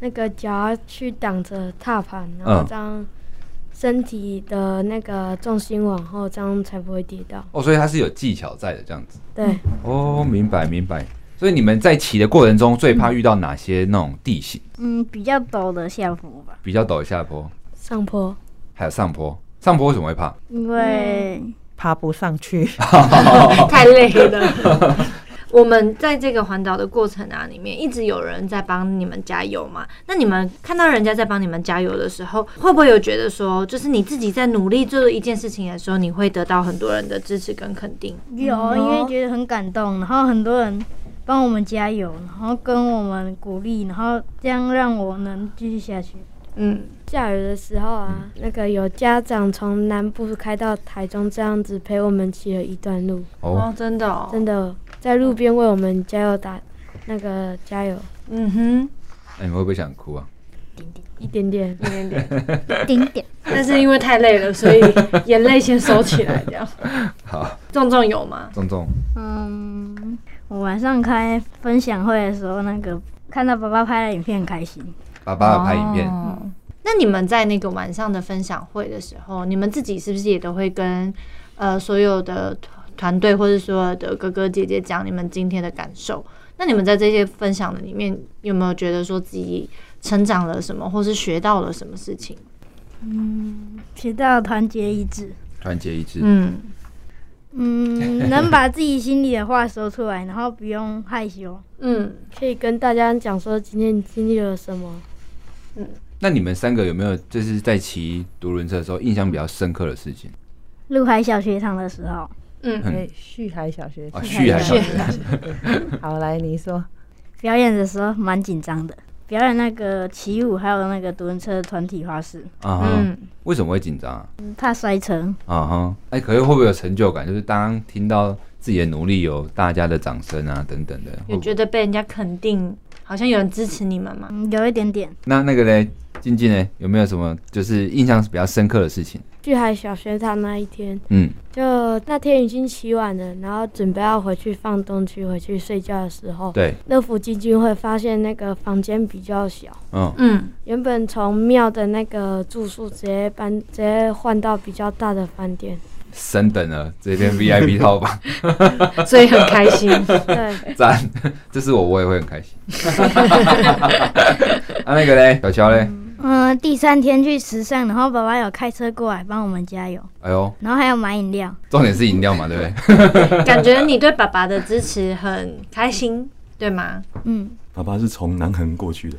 [SPEAKER 7] 那个脚要去挡着踏板，然后这样身体的那个重心往后，这样才不会跌倒。
[SPEAKER 1] 哦，所以它是有技巧在的，这样子。
[SPEAKER 7] 对，
[SPEAKER 1] 哦，明白明白。所以你们在骑的过程中，最怕遇到哪些那种地形？
[SPEAKER 6] 嗯，比较陡的下坡吧，
[SPEAKER 1] 比较陡的下坡，
[SPEAKER 7] 上坡
[SPEAKER 1] 还有上坡。上坡为什么会怕？
[SPEAKER 7] 嗯
[SPEAKER 6] 因为
[SPEAKER 5] 爬不上去。
[SPEAKER 2] 太累了。 我们在这个环岛的过程啊，里面一直有人在帮你们加油嘛。那你们看到人家在帮你们加油的时候，会不会有觉得说，就是你自己在努力做一件事情的时候，你会得到很多人的支持跟肯定？
[SPEAKER 6] 有，因为觉得很感动，然后很多人帮我们加油，然后跟我们鼓励，然后这样让我能继续下去。
[SPEAKER 2] 嗯，
[SPEAKER 7] 下雨的时候啊，那个有家长从南部开到台中，这样子陪我们骑了一段路，
[SPEAKER 1] 哦，
[SPEAKER 2] 哦，真的哦，
[SPEAKER 7] 真的在路边为我们加油打那个加油
[SPEAKER 2] 嗯哼，
[SPEAKER 1] 那、你们会不会想哭啊？
[SPEAKER 7] 一点点。
[SPEAKER 2] 有点点。
[SPEAKER 6] 顶点，
[SPEAKER 2] 但是因为太累了，所以眼泪先收起来，这样。
[SPEAKER 1] 好，
[SPEAKER 2] 重重有吗？
[SPEAKER 1] 重重，
[SPEAKER 6] 嗯，我晚上开分享会的时候，那个看到爸爸拍的影片很开心，
[SPEAKER 1] 爸爸有拍影片，
[SPEAKER 2] 哦那你们在那个晚上的分享会的时候，你们自己是不是也都会跟呃所有的团团队或者所有的哥哥姐姐讲你们今天的感受？那你们在这些分享的里面，有没有觉得说自己成长了什么，或是学到了什么事情？
[SPEAKER 6] 学到团结一致，
[SPEAKER 1] 团结一致。
[SPEAKER 2] 嗯，
[SPEAKER 6] 嗯，能把自己心里的话说出来，然后不用害羞。
[SPEAKER 2] 嗯，
[SPEAKER 7] 可以跟大家讲说今天经历了什么。
[SPEAKER 1] 那你们三个有没有就是在骑独轮车的时候印象比较深刻的事情？
[SPEAKER 6] 入海小学堂的时候，
[SPEAKER 1] 嗯
[SPEAKER 5] 哎，旭海小学
[SPEAKER 2] 嗯
[SPEAKER 1] 啊，
[SPEAKER 5] 旭
[SPEAKER 1] 旭海小学，
[SPEAKER 5] 海好，来你说，
[SPEAKER 6] 表演的时候蛮紧张的，表演那个起舞还有那个独轮车团体花式，
[SPEAKER 1] 啊
[SPEAKER 2] 嗯
[SPEAKER 1] 哈，为什么会紧张啊？
[SPEAKER 6] 嗯怕摔车。
[SPEAKER 1] 啊哈，哎，可是会不会有成就感？就是当听到自己的努力有大家的掌声啊，等等的，会
[SPEAKER 2] 有
[SPEAKER 1] 不会
[SPEAKER 2] 觉得被人家肯定，好像有人支持你们吗？
[SPEAKER 6] 嗯，有一点点。
[SPEAKER 1] 那那个嘞，静静呢，有没有什么就是印象比较深刻的事情？
[SPEAKER 7] 去海小学堂那一天，
[SPEAKER 1] 嗯，
[SPEAKER 7] 就那天已经起晚了，然后准备要回去放东区回去睡觉的时候，
[SPEAKER 1] 对，
[SPEAKER 7] 乐福基金会发现那个房间比较小，
[SPEAKER 1] 嗯，
[SPEAKER 2] 嗯
[SPEAKER 7] 原本从庙的那个住宿直接搬，直接换到比较大的饭店。
[SPEAKER 1] 升等了，这边 VIP 套房，
[SPEAKER 2] 嗯所以很开心。
[SPEAKER 7] 对，
[SPEAKER 1] 赞，这是我，我也会很开心。 啊，那个嘞，小乔嘞，
[SPEAKER 6] 嗯，第三天去池上，然后爸爸有开车过来帮我们加油，
[SPEAKER 1] 哎呦，
[SPEAKER 6] 然后还有买饮料。
[SPEAKER 1] 重点是饮料嘛，对不对？
[SPEAKER 2] 感觉你对爸爸的支持很开 心，对吗？
[SPEAKER 6] 嗯，
[SPEAKER 4] 爸爸是从南横过去的，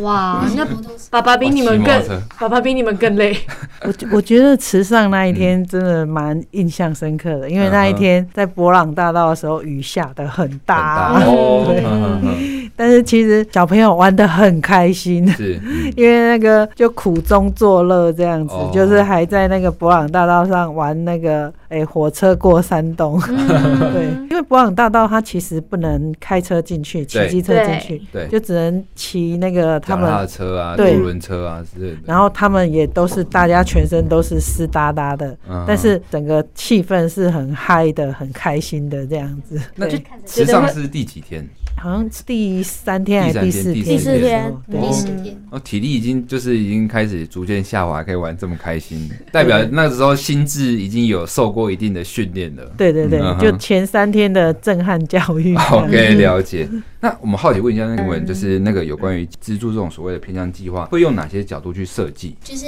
[SPEAKER 2] 哇，那
[SPEAKER 3] 活动是
[SPEAKER 2] 爸爸比你们
[SPEAKER 1] 哇骑摩托
[SPEAKER 2] 更，爸爸比你们更 累。
[SPEAKER 5] 我觉我觉得池上那一天真的蛮印象深刻的，因
[SPEAKER 1] 嗯
[SPEAKER 5] 为那一天在博朗大道的时候雨下的很大，
[SPEAKER 1] 很大哦，嗯嗯嗯
[SPEAKER 5] 但是其实小朋友玩的很开心。
[SPEAKER 1] 是，嗯
[SPEAKER 5] 因为那个就苦中作乐这样子，
[SPEAKER 1] 哦
[SPEAKER 5] 就是还在那个博朗大道上玩那个诶、火车过山洞， 对，因为博朗大道它其实不能开车进去，骑
[SPEAKER 1] 对
[SPEAKER 5] 机车进去，
[SPEAKER 1] 对，
[SPEAKER 5] 就只能骑那个他
[SPEAKER 1] 脚踏
[SPEAKER 5] 们，
[SPEAKER 1] 车啊，独
[SPEAKER 5] 对
[SPEAKER 1] 轮车啊之类的。
[SPEAKER 5] 然后他们也都是大家全身都是湿哒哒的，
[SPEAKER 1] 嗯，
[SPEAKER 5] 但是整个气氛是很嗨的，很开心的这样子。
[SPEAKER 1] 那
[SPEAKER 5] 对，
[SPEAKER 1] 池上是第几天？
[SPEAKER 5] 好像第三天还是
[SPEAKER 1] 第
[SPEAKER 5] 第
[SPEAKER 1] 三
[SPEAKER 5] 四
[SPEAKER 1] 天
[SPEAKER 5] 天
[SPEAKER 1] 第
[SPEAKER 5] 的
[SPEAKER 1] 四
[SPEAKER 5] 时候，
[SPEAKER 7] 天
[SPEAKER 5] 对
[SPEAKER 3] 第十天，
[SPEAKER 1] 哦，体力已经就是已经开始逐渐下滑，可以玩这么开心，代表那时候心智已经有受过一定的训练了。
[SPEAKER 5] 对对对，
[SPEAKER 1] 嗯
[SPEAKER 5] 就前三天的震撼教育。
[SPEAKER 1] OK，了哦解。那我们好奇问一下那个问，就是那个有关于资助这种所谓的偏向计划，会用哪些角度去设计？
[SPEAKER 3] 就是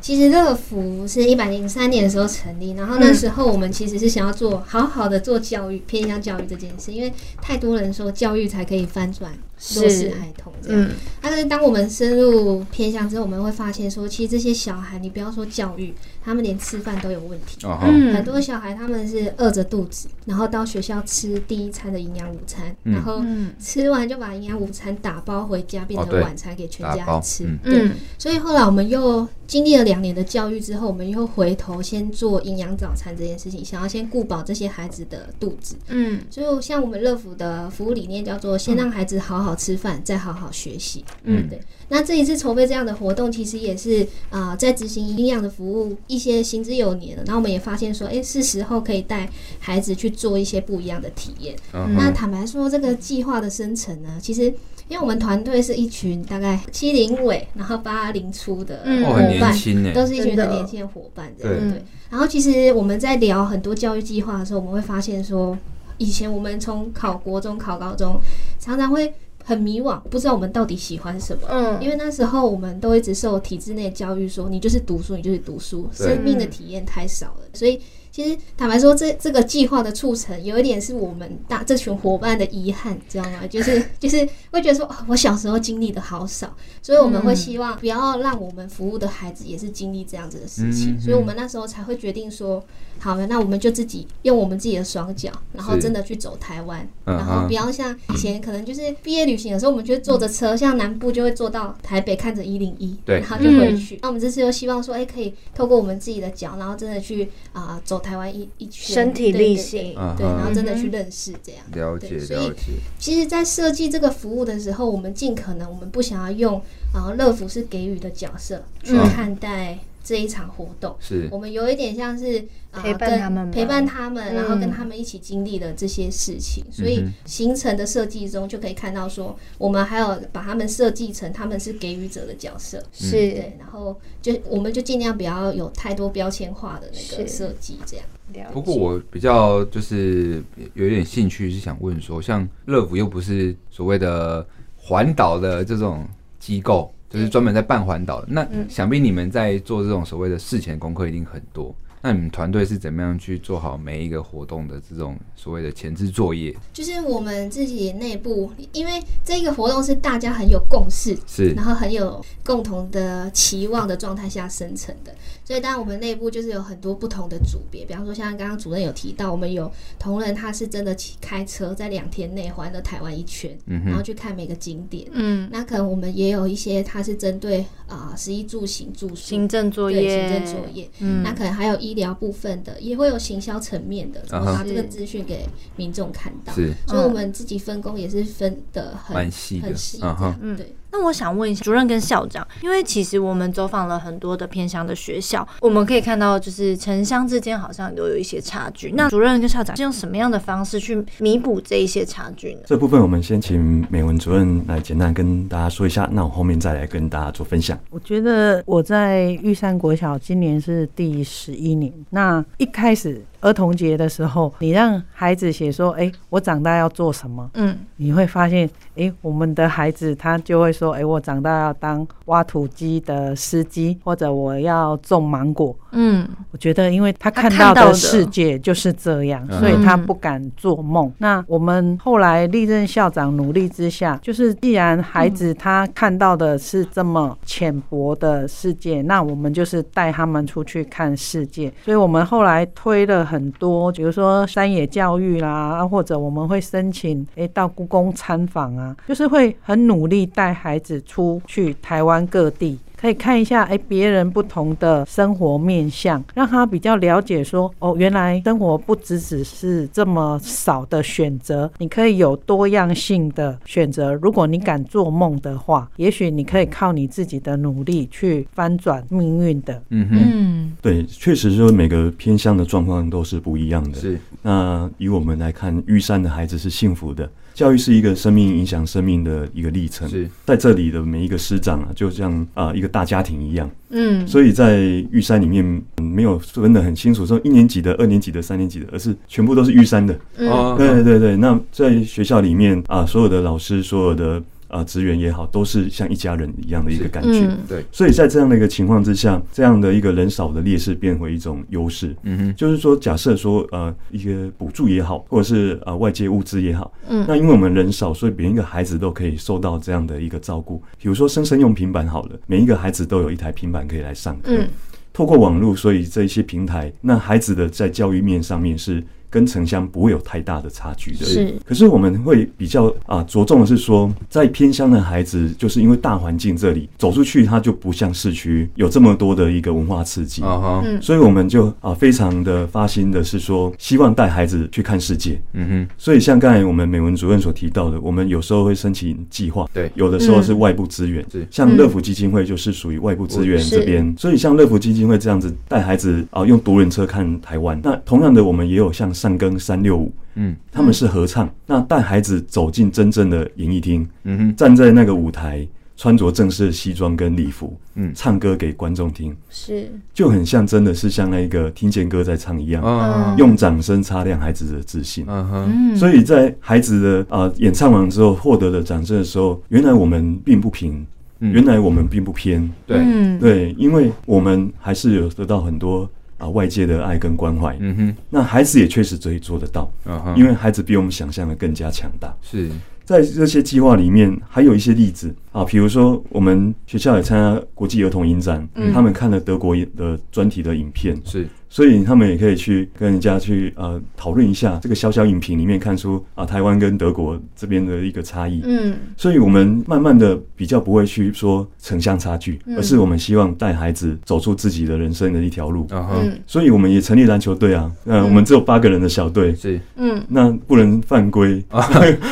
[SPEAKER 3] 其实乐福是一百零三年的时候成立，然后那时候我们其实是想要做好好的做教育，偏向教育这件事，因为太多人说教育才可以翻转弱势孩童这样。
[SPEAKER 2] 嗯
[SPEAKER 3] 但是啊当我们深入偏向之后，我们会发现说，其实这些小孩，你不要说教育，他们连吃饭都有问题。
[SPEAKER 1] 哦哈，
[SPEAKER 2] 嗯
[SPEAKER 3] 很多小孩他们是饿着肚子，然后到学校吃第一餐的营养午餐，
[SPEAKER 1] 嗯
[SPEAKER 3] 然后
[SPEAKER 2] 嗯
[SPEAKER 3] 吃完就把营养午餐打包回家，变
[SPEAKER 1] 哦对
[SPEAKER 3] 成晚餐给全
[SPEAKER 1] 打包
[SPEAKER 3] 家吃。
[SPEAKER 1] 嗯
[SPEAKER 3] 对，
[SPEAKER 2] 嗯
[SPEAKER 3] 所以后来我们又经历了两年的教育之后，我们又回头先做营养早餐这件事情，想要先顾保这些孩子的肚子。
[SPEAKER 2] 嗯
[SPEAKER 3] 所以像我们乐福的服务理念叫做先让孩子好好吃饭，再好好学习。
[SPEAKER 1] 嗯
[SPEAKER 3] 对。那这一次筹备这样的活动，其实也是啊、呃在执行营养的服务一些行之有年了。然后我们也发现说，哎，是时候可以带孩子去做一些不一样的体验。
[SPEAKER 1] 嗯
[SPEAKER 3] 那
[SPEAKER 1] 哼
[SPEAKER 3] 坦白说，这个计划的生成呢，其实因为我们团队是一群大概七零尾，然后八零初的
[SPEAKER 2] 嗯
[SPEAKER 1] 哦，
[SPEAKER 3] 伙
[SPEAKER 1] 很年
[SPEAKER 3] 伴，
[SPEAKER 1] 轻呢。
[SPEAKER 3] 都是一群
[SPEAKER 2] 真
[SPEAKER 3] 很
[SPEAKER 2] 的
[SPEAKER 3] 年轻的伙伴这样
[SPEAKER 1] 对
[SPEAKER 3] 对。然后其实我们在聊很多教育计划的时候，我们会发现说，以前我们从考国中、考高中，常常会很迷惘，不知道我们到底喜欢什么。因
[SPEAKER 2] 嗯，
[SPEAKER 3] 为那时候我们都一直受体制内教育说，你就是读书，你就是读书，
[SPEAKER 1] 对
[SPEAKER 3] 生命的体验太少了。所以其实坦白说，这这个计划的促成，有一点是我们大这群伙伴的遗憾，知道吗？就是 就是会觉得说，哦我小时候经历的好少，所以我们会希望不要让我们服务的孩子也是经历这样子的事情。
[SPEAKER 1] 嗯
[SPEAKER 3] 所以我们那时候才会决定说，好，那我们就自己用我们自己的双脚，然后
[SPEAKER 1] 是
[SPEAKER 3] 真的去走台湾，
[SPEAKER 1] 嗯
[SPEAKER 3] 然后
[SPEAKER 1] 哼
[SPEAKER 3] 不要像以前可能就是毕业旅行的时候，我们就坐着车，像南部就会坐到台北看着一零一，
[SPEAKER 1] 对
[SPEAKER 3] 然后就回去。那我们这次又希望说，哎，可以透过我们自己的脚，然后真的去啊、走台湾一一圈，
[SPEAKER 2] 身体
[SPEAKER 3] 对对
[SPEAKER 2] 力
[SPEAKER 3] 对
[SPEAKER 2] 行
[SPEAKER 1] 嗯
[SPEAKER 3] 对，
[SPEAKER 1] 哼
[SPEAKER 3] 然后真的去认识这样。
[SPEAKER 1] 了解
[SPEAKER 3] 对所以
[SPEAKER 1] 了解，
[SPEAKER 3] 其实，在设计这个服务的时呃候，我们尽可能我们不想要用啊乐福是给予的角色去
[SPEAKER 1] 嗯
[SPEAKER 3] 看待这一场活动。
[SPEAKER 1] 是
[SPEAKER 3] 我们有一点像是、呃、
[SPEAKER 2] 陪伴
[SPEAKER 3] 跟
[SPEAKER 2] 他们吧
[SPEAKER 3] 陪伴他们，然后跟
[SPEAKER 2] 嗯
[SPEAKER 3] 他们一起经历了这些事情，所以行程的设计中就可以看到说，我们还有把他们设计成他们是给予者的角色，
[SPEAKER 2] 是
[SPEAKER 3] 对，然后就我们就尽量不要有太多标签化的那
[SPEAKER 2] 是
[SPEAKER 3] 个设计，这样。
[SPEAKER 1] 不过我比较就是有点兴趣，是想问说，像乐福又不是所谓的环岛的这种机构，就是专门在办环岛的，那
[SPEAKER 3] 嗯
[SPEAKER 1] 想必你们在做这种所谓的事前功课一定很多。那你们团队是怎么样去做好每一个活动的这种所谓的前置作业？
[SPEAKER 3] 就是我们自己内部，因为这个活动是大家很有共识，
[SPEAKER 1] 是
[SPEAKER 3] 然后很有共同的期望的状态下生成的。所以，当然我们内部就是有很多不同的组别，比方说像刚刚主任有提到，我们有同仁他是真的骑开车在两天内环了台湾一圈，
[SPEAKER 1] 嗯
[SPEAKER 3] 然后
[SPEAKER 1] 哼，
[SPEAKER 3] 去看每个景点。
[SPEAKER 2] 嗯，
[SPEAKER 3] 那可能我们也有一些，它是针对啊食衣住行住宿
[SPEAKER 2] 行政作
[SPEAKER 3] 对
[SPEAKER 2] 业，
[SPEAKER 3] 行政作业，
[SPEAKER 2] 嗯
[SPEAKER 3] 那可能还有医疗部分的，也会有行销层面的，怎么
[SPEAKER 1] 啊
[SPEAKER 3] 把
[SPEAKER 1] 哈
[SPEAKER 3] 这个资讯给民众看到。
[SPEAKER 1] 是
[SPEAKER 3] 所以我们自己分工也是分的很
[SPEAKER 1] 蛮细的
[SPEAKER 3] 很细，，这
[SPEAKER 1] 嗯哼
[SPEAKER 3] 样，
[SPEAKER 2] 嗯
[SPEAKER 3] 对，
[SPEAKER 2] 那我想问一下主任跟校长，因为其实我们走访了很多的偏乡的学校，我们可以看到就是城乡之间好像都有一些差距。那主任跟校长是用什么样的方式去弥补这一些差距呢？
[SPEAKER 4] 这部分我们先请美文主任来简单跟大家说一下，那我后面再来跟大家做分享。
[SPEAKER 5] 我觉得我在玉山国小今年是第十一年。那一开始儿童节的时候，你让孩子写说：“哎、我长大要做什么？”
[SPEAKER 2] 嗯，
[SPEAKER 5] 你会发现，诶，我们的孩子他就会说，哎诶，我长大要当挖土机的司机，或者我要种芒果。
[SPEAKER 2] 嗯，
[SPEAKER 5] 我觉得，因为他
[SPEAKER 2] 他
[SPEAKER 5] 看
[SPEAKER 2] 看
[SPEAKER 5] 到
[SPEAKER 2] 到
[SPEAKER 5] 的
[SPEAKER 2] 的
[SPEAKER 5] 世界就是这样，
[SPEAKER 1] 嗯
[SPEAKER 5] 所以他不敢做梦。
[SPEAKER 2] 嗯
[SPEAKER 5] 那我们后来历任校长努力之下，就是既然孩子他看到的是这么浅薄的世界，那我们就是带他们出去看世界。所以我们后来推了很多，比如说山野教育啦，啊或者我们会申请诶到故宫参访啊，就是会很努力带孩子出去台湾各地。可以看一下，哎，别人不同的生活面相，让他比较了解说，哦，原来生活不只只是这么少的选择，你可以有多样性的选择。如果你敢做梦的话，也许你可以靠你自己的努力去翻转命运的。
[SPEAKER 1] 嗯哼，
[SPEAKER 2] 嗯，
[SPEAKER 4] 对，确实就是每个偏乡的状况都是不一样
[SPEAKER 3] 嗯
[SPEAKER 4] 的。
[SPEAKER 1] 是
[SPEAKER 4] 那以我们来看，玉山的孩子是幸福的。教育是一个生命影响生命的一个历程，
[SPEAKER 1] 是，
[SPEAKER 4] 在这里的每一个师长啊，就像啊、一个大家庭一样，
[SPEAKER 2] 嗯，
[SPEAKER 4] 所以在玉山里面嗯没有分得很清楚，说一年级的、二年级的、三年级的，而是全部都是玉山的。
[SPEAKER 3] 嗯
[SPEAKER 1] 哦
[SPEAKER 4] 对对对，那在学校里面啊，所有的老师、所有的啊职员也好，都是像一家人一样的一个感觉。
[SPEAKER 2] 嗯，
[SPEAKER 1] 对，
[SPEAKER 4] 所以在这样的一个情况之下，这样的一个人少的劣势变为一种优势。
[SPEAKER 1] 嗯哼，
[SPEAKER 4] 就是说，假设说呃一些补助也好，或者是呃外界物资也好，
[SPEAKER 2] 嗯
[SPEAKER 4] 那因为我们人少，所以每一个孩子都可以受到这样的一个照顾。比如说生生用平板好了，每一个孩子都有一台平板可以来上课。
[SPEAKER 2] 嗯，
[SPEAKER 4] 透过网络，所以这一些平台，那孩子的在教育面上面是跟城乡不会有太大的差距的。
[SPEAKER 2] 是，
[SPEAKER 4] 可是我们会比较啊着重的是说，在偏乡的孩子，就是因为大环境这里走出去，他就不像市区有这么多的一个文化刺激。
[SPEAKER 1] 啊哈，
[SPEAKER 2] 嗯
[SPEAKER 4] 所以我们就啊非常的发心的是说，希望带孩子去看世界。
[SPEAKER 1] 嗯
[SPEAKER 4] 所以像刚才我们美文主任所提到的，我们有时候会申请计划，
[SPEAKER 1] 对嗯
[SPEAKER 4] 有的时候是外部资源，
[SPEAKER 1] 是嗯
[SPEAKER 4] 像乐福基金会就是属于外部资源
[SPEAKER 2] 是
[SPEAKER 4] 这边。所以像乐福基金会这样子带孩子啊用独轮车看台湾，那同样的我们也有像上庚三六五。
[SPEAKER 1] 嗯，
[SPEAKER 4] 他们是合唱，那带孩子走进真正的演艺厅，
[SPEAKER 1] 哼，嗯哼，
[SPEAKER 4] 站在那个舞台，穿着正式的西装跟礼服，
[SPEAKER 1] 嗯
[SPEAKER 4] 唱歌给观众听，
[SPEAKER 2] 是，
[SPEAKER 4] 就很像真的是像那个听见歌在唱一样，
[SPEAKER 1] 啊，
[SPEAKER 4] 用掌声擦亮孩子的自信。
[SPEAKER 1] 嗯哼，
[SPEAKER 4] 所以在孩子的啊、呃演唱完之后获得的掌声的时候，原来我们并不平，
[SPEAKER 1] 嗯
[SPEAKER 4] 原来我们并不偏，
[SPEAKER 1] 对，
[SPEAKER 2] 嗯，
[SPEAKER 4] 对，因为我们还是有得到很多啊、外界的爱跟关怀。
[SPEAKER 1] 嗯哼，
[SPEAKER 4] 那孩子也确实可以做得到，
[SPEAKER 1] 嗯哼，
[SPEAKER 4] 因为孩子比我们想象的更加强大。
[SPEAKER 1] 是，
[SPEAKER 4] 在这些计划里面，还有一些例子啊，比如说我
[SPEAKER 1] 嗯
[SPEAKER 4] 们学校也参加国际儿童影展，他们看了德国的专题的影片，
[SPEAKER 1] 是，
[SPEAKER 4] 所以他们也可以去跟人家去呃讨论一下这个小小影评里面看出啊台湾跟德国这边的一个差异。
[SPEAKER 3] 嗯
[SPEAKER 4] 所以我们慢慢的比较不会去说城乡差距，
[SPEAKER 3] 嗯
[SPEAKER 4] 而是我们希望带孩子走出自己的人生的一条路。
[SPEAKER 1] 嗯哼，
[SPEAKER 3] 嗯
[SPEAKER 4] 所以我们也成立篮球队啊，呃，
[SPEAKER 3] 嗯
[SPEAKER 4] 我们只有八个人的小队，
[SPEAKER 1] 是
[SPEAKER 3] 嗯
[SPEAKER 4] 那不能犯规，
[SPEAKER 1] 啊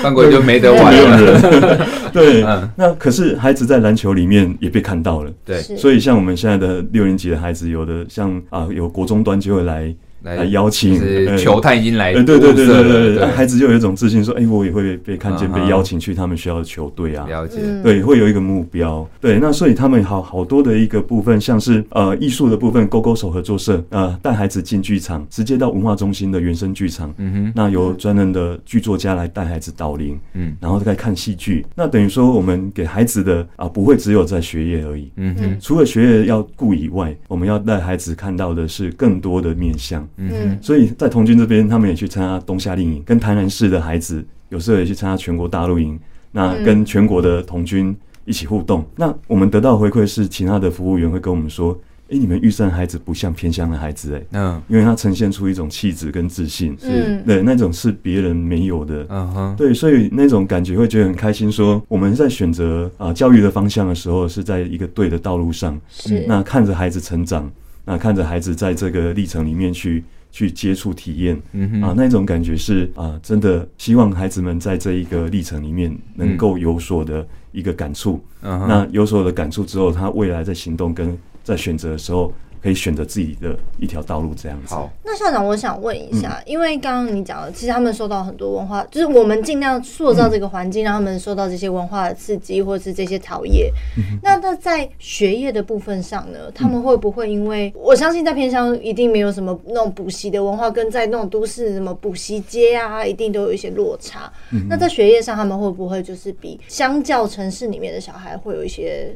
[SPEAKER 1] 犯规就没得玩
[SPEAKER 4] 没有
[SPEAKER 1] 了。
[SPEAKER 4] 人。 对，
[SPEAKER 1] 嗯
[SPEAKER 4] 那可是孩子在篮球里面也被看到了，
[SPEAKER 1] 对，
[SPEAKER 3] 是
[SPEAKER 4] 所以像我们现在的六年级的孩子，有的像啊有国中端就会来来
[SPEAKER 1] 来，
[SPEAKER 4] 邀
[SPEAKER 1] 哎就
[SPEAKER 4] 请，
[SPEAKER 1] 是
[SPEAKER 4] 呃
[SPEAKER 1] 球探已经来
[SPEAKER 4] 呃，对对对
[SPEAKER 1] 物色
[SPEAKER 4] 对
[SPEAKER 1] 了
[SPEAKER 4] 对
[SPEAKER 1] 对
[SPEAKER 4] 对，孩子就有一种自信，说，哎，我也会被看见，
[SPEAKER 1] 嗯
[SPEAKER 4] 被
[SPEAKER 1] 嗯
[SPEAKER 4] 邀请去他们学校的球队啊，
[SPEAKER 1] 了解，
[SPEAKER 3] 嗯，
[SPEAKER 4] 对，会有一个目标。对，那所以他们好好多的一个部分，像是呃艺术的部分，勾勾手合作社，呃带孩子进剧场，直接到文化中心的原生剧场。
[SPEAKER 1] 嗯哼，
[SPEAKER 4] 那由专任的剧作家来带孩子导聆，
[SPEAKER 1] 嗯
[SPEAKER 4] 然后再看戏剧。那等于说，我们给孩子的啊，不会只有在学业而已。
[SPEAKER 1] 嗯哼，
[SPEAKER 4] 除了学业要顾以外，我们要带孩子看到的是更多的面向。
[SPEAKER 1] 嗯
[SPEAKER 4] 所以在童军这边，他们也去参加冬夏令营，跟台南市的孩子有时候也去参加全国大陆营，那
[SPEAKER 3] 嗯
[SPEAKER 4] 跟全国的童军一起互动。那我们得到的回馈是，其他的服务员会跟我们说：“诶，你们玉山孩子不像偏乡的孩子、诶，欸
[SPEAKER 1] 哼，嗯
[SPEAKER 4] 因为他呈现出一种气质跟自信，
[SPEAKER 3] 嗯
[SPEAKER 4] 对，那种是别人没有的。
[SPEAKER 1] 嗯哼，
[SPEAKER 4] 对，所以那种感觉会觉得很开心说我们在选择啊、教育的方向的时候，是在一个对的道路上。
[SPEAKER 3] 是
[SPEAKER 4] 那看着孩子成长，那看着孩子在这个历程里面去去接触体验
[SPEAKER 1] 嗯哼，
[SPEAKER 4] 啊，那种感觉是啊，真的希望孩子们在这一个历程里面能够有所的一个感触。
[SPEAKER 1] 嗯哼，
[SPEAKER 4] 那有所的感触之后，他未来在行动跟在选择的时候，可以选择自己的一条道路这样子。
[SPEAKER 1] 好，
[SPEAKER 2] 那校长，我想问一下，
[SPEAKER 1] 嗯
[SPEAKER 2] 因为刚刚你讲的，其实他们受到很多文化，就是我们尽量塑造这个环境，让他们受到这些文化的刺激，或是这些陶冶。
[SPEAKER 1] 嗯
[SPEAKER 2] 那那在学业的部分上呢，他们会不会因为我相信在偏乡一定没有什么那种补习的文化，跟在那种都市什么补习街啊，一定都有一些落差。
[SPEAKER 1] 嗯
[SPEAKER 2] 那在学业上，他们会不会就是比相较城市里面的小孩会有一些？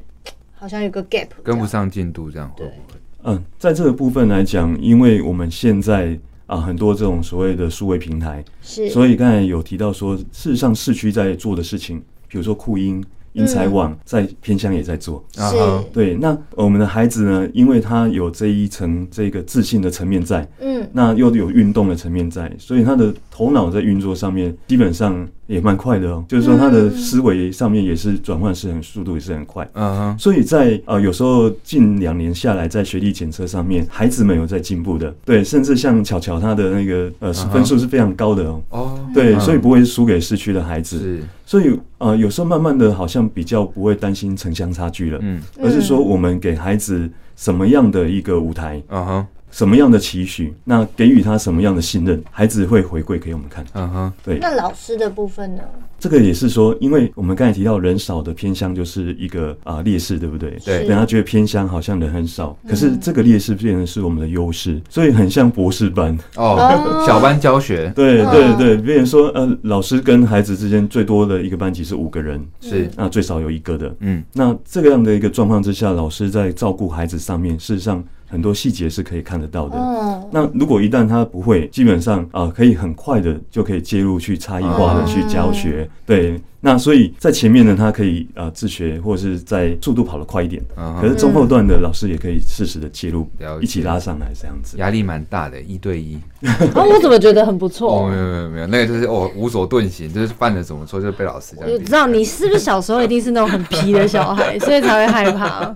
[SPEAKER 2] 好像有个 gap，
[SPEAKER 1] 跟不
[SPEAKER 2] 这样。
[SPEAKER 1] 上进度这样会不会？
[SPEAKER 4] 嗯，在这个部分来讲，因为我们现在啊很多这种所谓的数位平台，
[SPEAKER 2] 是，
[SPEAKER 4] 所以刚才有提到说，事实上市区在做的事情，比如说酷音、英才网，在偏乡也在做。
[SPEAKER 1] 啊
[SPEAKER 2] 是
[SPEAKER 1] 哈
[SPEAKER 4] 对，那我们的孩子呢，因为他有这一层这个自信的层面在，
[SPEAKER 2] 嗯，
[SPEAKER 4] 那又有运动的层面在，所以他的头脑在运作上面基本上也蛮快的哦，就是说他
[SPEAKER 2] 嗯
[SPEAKER 4] 的思维上面也是转换是很速度也是很快。
[SPEAKER 1] 嗯哼，
[SPEAKER 4] 所以在呃，有时候近两年下来，在学历检测上面，孩子们有在进步的，对，甚至像巧巧她的那个呃
[SPEAKER 1] 嗯哼
[SPEAKER 4] 分数是非常高的哦，
[SPEAKER 1] 哦，
[SPEAKER 4] 对，
[SPEAKER 1] 嗯
[SPEAKER 4] 所以不会输给市区的孩子。
[SPEAKER 1] 是，
[SPEAKER 4] 所以呃，有时候慢慢的好像比较不会担心城乡差距了，
[SPEAKER 1] 嗯，
[SPEAKER 4] 而是说我们给孩子什么样的一个舞台，
[SPEAKER 1] 嗯哼，
[SPEAKER 4] 什么样的期许，那给予他什么样的信任，孩子会回馈给我们看。
[SPEAKER 1] 嗯哼，
[SPEAKER 4] 对，
[SPEAKER 2] 那老师的部分呢？
[SPEAKER 4] 这个也是说，因为我们刚才提到人少的偏乡就是一个啊、劣势，对不对？
[SPEAKER 1] 对
[SPEAKER 2] 是
[SPEAKER 4] 人家觉得偏乡好像人很少，可是这个劣势变成是我们的优势，所以很像博士班。
[SPEAKER 1] 哦，小班教学
[SPEAKER 4] 对
[SPEAKER 2] 嗯
[SPEAKER 4] 对对，变成说呃，老师跟孩子之间最多的一个班级是五个人，
[SPEAKER 1] 是，
[SPEAKER 4] 那最少有一个的。
[SPEAKER 1] 嗯，
[SPEAKER 4] 那这个样的一个状况之下，老师在照顾孩子上面，事实上很多细节是可以看得到的。
[SPEAKER 2] 哦，
[SPEAKER 4] 那如果一旦他不会，基本上啊、可以很快的就可以介入去差异化的去教学。对，那所以在前面呢，他可以啊、自学，或者是在速度跑得快一点。
[SPEAKER 1] 嗯
[SPEAKER 4] 可是
[SPEAKER 1] 哼，
[SPEAKER 4] 中后段的老师也可以适时的介入
[SPEAKER 1] 了，解
[SPEAKER 4] 一起拉上来这样子。
[SPEAKER 1] 压力蛮大的，一 对一。
[SPEAKER 8] 啊，我怎么觉得很不
[SPEAKER 1] 哦，
[SPEAKER 8] 错
[SPEAKER 1] 没？有没有没有，那个就是哦无所遁形，就是犯了什么错就被老师这
[SPEAKER 8] 我
[SPEAKER 1] 样
[SPEAKER 8] 知
[SPEAKER 1] 子。
[SPEAKER 8] 道你是不是小时候一定是那种很皮的小孩，所以才会害怕。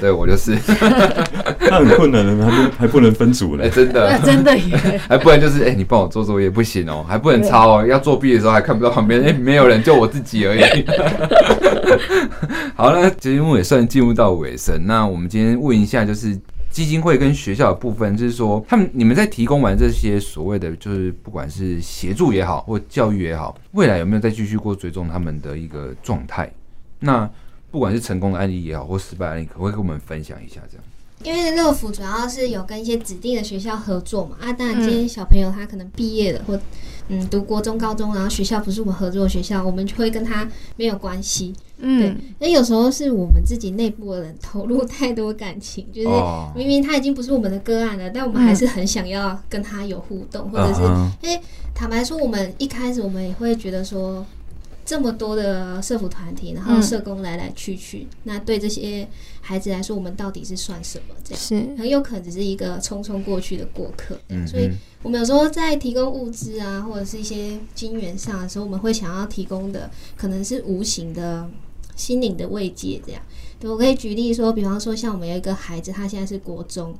[SPEAKER 1] 对我就是，
[SPEAKER 4] 那很困难的，还不还不能分组
[SPEAKER 1] 哎，
[SPEAKER 4] 嘞。
[SPEAKER 1] 真的
[SPEAKER 8] 那 真的耶，
[SPEAKER 1] 还不然就是，哎、你帮我做作业不行哦，还不能抄哦，要作弊的时候还看不到旁边，哎、没有人，就我自己而已。 好，那节目也算进入到尾声，那我们今天问一下，就是基金会跟学校的部分，就是说他们你们在提供完这些所谓的，就是不管是协助也好，或教育也好，未来有没有再继续过追踪他们的一个状态？那不管是成功的案例也好，或失败的案例，可不可以跟我们分享一下？这样，
[SPEAKER 3] 因为乐福主要是有跟一些指定的学校合作嘛，啊，当然今天小朋友他可能毕业了或嗯读国中、高中，然后学校不是我们合作的学校，我们就会跟他没有关系。
[SPEAKER 8] 嗯，
[SPEAKER 3] 那有时候是我们自己内部的人投入太多感情，就是
[SPEAKER 1] 哦
[SPEAKER 3] 明明他已经不是我们的个案了，但我们还是很想要跟他有互动，或者是
[SPEAKER 1] 嗯哼
[SPEAKER 3] 坦白说，我们一开始我们也会觉得说，这么多的社服团体，然
[SPEAKER 2] 嗯
[SPEAKER 3] 后社工来来去去，那对这些孩子来说，我们到底是算什么？这样
[SPEAKER 2] 是
[SPEAKER 3] 很有可能只是一个匆匆过去的过客。这样
[SPEAKER 1] 嗯
[SPEAKER 3] 所以
[SPEAKER 1] 嗯
[SPEAKER 3] 我们有时候在提供物资啊，或者是一些金源上的时候，我们会想要提供的可能是无形的心灵的慰藉。这样，对我可以举例说，比方说像我们有一个孩子，他现在是国中，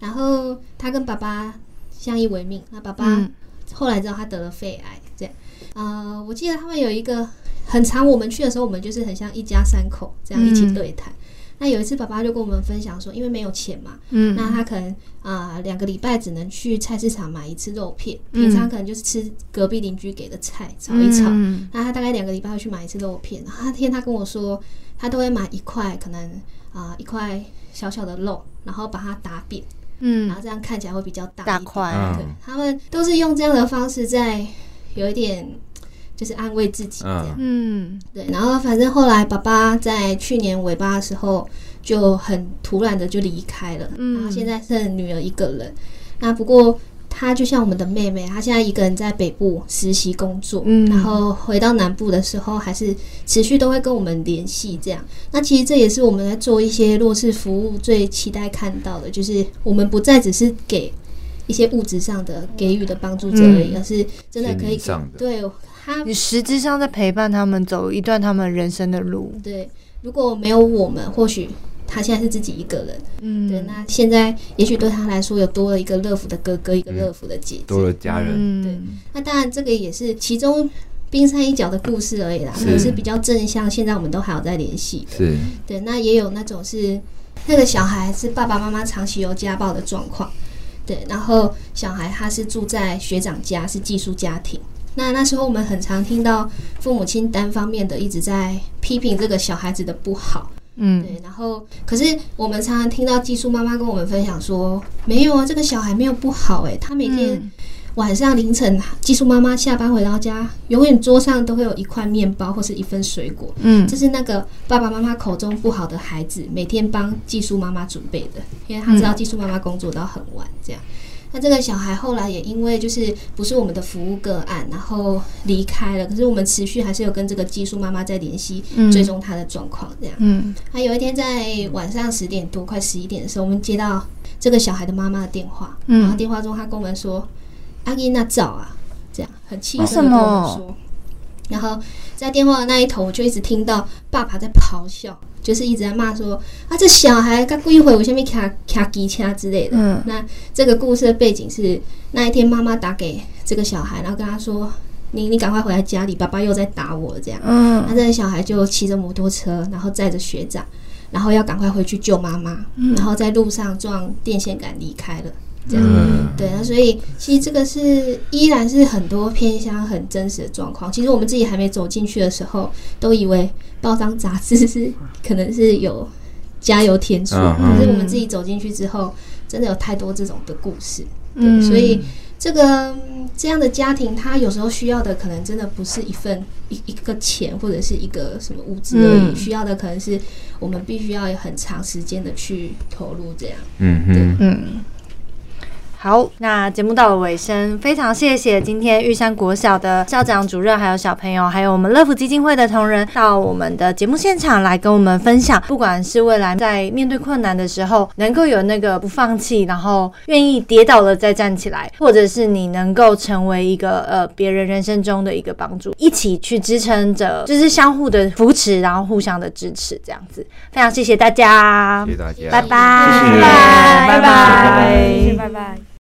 [SPEAKER 3] 然后他跟爸爸相依为命，那爸爸、
[SPEAKER 2] 嗯
[SPEAKER 3] 后来知道他得了肺癌，这样。呃，我记得他们有一个很长，我们去的时候，我们就是很像一家三口这样一起
[SPEAKER 2] 嗯
[SPEAKER 3] 对谈。那有一次，爸爸就跟我们分享说，因为没有钱嘛，
[SPEAKER 2] 嗯
[SPEAKER 3] 那他可能啊两、个礼拜只能去菜市场买一次肉片，
[SPEAKER 2] 嗯
[SPEAKER 3] 平常可能就是吃隔壁邻居给的菜炒一炒。
[SPEAKER 2] 嗯
[SPEAKER 3] 那他大概两个礼拜会去买一次肉片，然后那天他跟我说，他都会买一块，可能啊、一块小小的肉，然后把它打扁，然
[SPEAKER 2] 嗯
[SPEAKER 3] 后这样看起来会比较大一
[SPEAKER 2] 大
[SPEAKER 3] 点
[SPEAKER 2] 块
[SPEAKER 1] 嗯
[SPEAKER 3] 对，他们都是用这样的方式在有一点就是安慰自己这样。
[SPEAKER 2] 嗯
[SPEAKER 3] 对，然后反正后来爸爸在去年尾巴的时候就很突然的就离开了，
[SPEAKER 2] 嗯
[SPEAKER 3] 然后现在剩女儿一个人。那不过她就像我们的妹妹，她现在一个人在北部实习工作，
[SPEAKER 2] 嗯
[SPEAKER 3] 然后回到南部的时候还是持续都会跟我们联系这样。那其实这也是我们在做一些弱势服务最期待看到的，就是我们不再只是给。一些物质上的给予的帮助者而已，
[SPEAKER 2] 嗯
[SPEAKER 3] 而是真的可
[SPEAKER 1] 心
[SPEAKER 3] 以
[SPEAKER 1] 灵
[SPEAKER 3] 给
[SPEAKER 1] 上的
[SPEAKER 3] 对他
[SPEAKER 2] 你实质上在陪伴他们走一段他们人生的路，
[SPEAKER 3] 对，如果没有我们，或许他现在是自己一个人。
[SPEAKER 2] 嗯，
[SPEAKER 3] 对，那现在也许对他来说，有多了一个乐福的哥哥，一个乐福的姐姐。
[SPEAKER 1] 多了家人，
[SPEAKER 2] 嗯
[SPEAKER 3] 那当然，这个也是其中冰山一角的故事而已啦，
[SPEAKER 1] 是
[SPEAKER 3] 可是比较正向。现在我们都还有在联系。
[SPEAKER 1] 是
[SPEAKER 3] 对，那也有那种是那个小孩是爸爸妈妈长期有家暴的状况，对，然后小孩他是住在学长家，是寄宿家庭。那那时候我们很常听到父母亲单方面的一直在批评这个小孩子的不好，
[SPEAKER 2] 嗯
[SPEAKER 3] 对，然后可是我们常常听到寄宿妈妈跟我们分享说，没有啊，这个小孩没有不好诶、他每天晚上凌晨寄宿妈妈下班回到家，永远桌上都会有一块面包或是一份水果，
[SPEAKER 2] 嗯
[SPEAKER 3] 这是那个爸爸妈妈口中不好的孩子，每天帮技术妈妈准备的，因为他知道技术妈妈工作到很晚这样。那这个小孩后来也因为就是不是我们的服务个案，然后离开了。可是我们持续还是有跟这个技术妈妈在联系，
[SPEAKER 2] 嗯
[SPEAKER 3] 追踪他的状况这样。
[SPEAKER 2] 嗯
[SPEAKER 3] 他有一天在晚上十点多快十一点的时候，我们接到这个小孩的妈妈的电话，
[SPEAKER 2] 嗯
[SPEAKER 3] 然后电话中他跟我们说：“阿姨那早啊，这样很气
[SPEAKER 2] 为
[SPEAKER 3] 声
[SPEAKER 2] 什
[SPEAKER 3] 的跟
[SPEAKER 2] 么
[SPEAKER 3] 我们说。”然后在电话的那一头，我就一直听到爸爸在咆哮，就是一直在骂说：“啊，这小孩刚过一会，我下面卡卡机掐之类的。”
[SPEAKER 2] 嗯
[SPEAKER 3] 这个故事的背景是那一天妈妈打给这个小孩，然后跟他说：“你你赶快回来家里，爸爸又在打我。”这样。那
[SPEAKER 2] 嗯
[SPEAKER 3] 这个小孩就骑着摩托车，然后载着学长，然后要赶快回去救妈妈，
[SPEAKER 2] 嗯
[SPEAKER 3] 然后在路上撞电线杆离开了。这样、
[SPEAKER 1] 嗯
[SPEAKER 3] 对，那所以其实这个是依然是很多偏乡很真实的状况。其实我们自己还没走进去的时候，都以为报章杂志是可能是有加油添醋，
[SPEAKER 1] 嗯嗯
[SPEAKER 3] 可是我们自己走进去之后，真的有太多这种的故事。
[SPEAKER 2] 嗯，
[SPEAKER 3] 所以这个嗯这样的家庭，他有时候需要的可能真的不是一份一一个钱或者是一个什么物资而已，
[SPEAKER 2] 嗯
[SPEAKER 3] 需要的可能是我们必须要有很长时间的去投入这样。
[SPEAKER 1] 嗯嗯
[SPEAKER 2] 嗯，好，那节目到了尾声，非常谢谢今天玉山国小的校长、主任，还有小朋友，还有我们乐福基金会的同仁到我们的节目现场来跟我们分享，不管是未来在面对困难的时候，能够有那个不放弃，然后愿意跌倒了再站起来，或者是你能够成为一个呃别人人生中的一个帮助，一起去支撑着，就是相互的扶持，然后互相的支持，这样子，非常谢谢大家
[SPEAKER 1] 谢谢，大家，
[SPEAKER 2] 拜拜，
[SPEAKER 4] 谢谢
[SPEAKER 2] 拜拜，
[SPEAKER 4] 拜拜
[SPEAKER 6] 谢谢拜拜。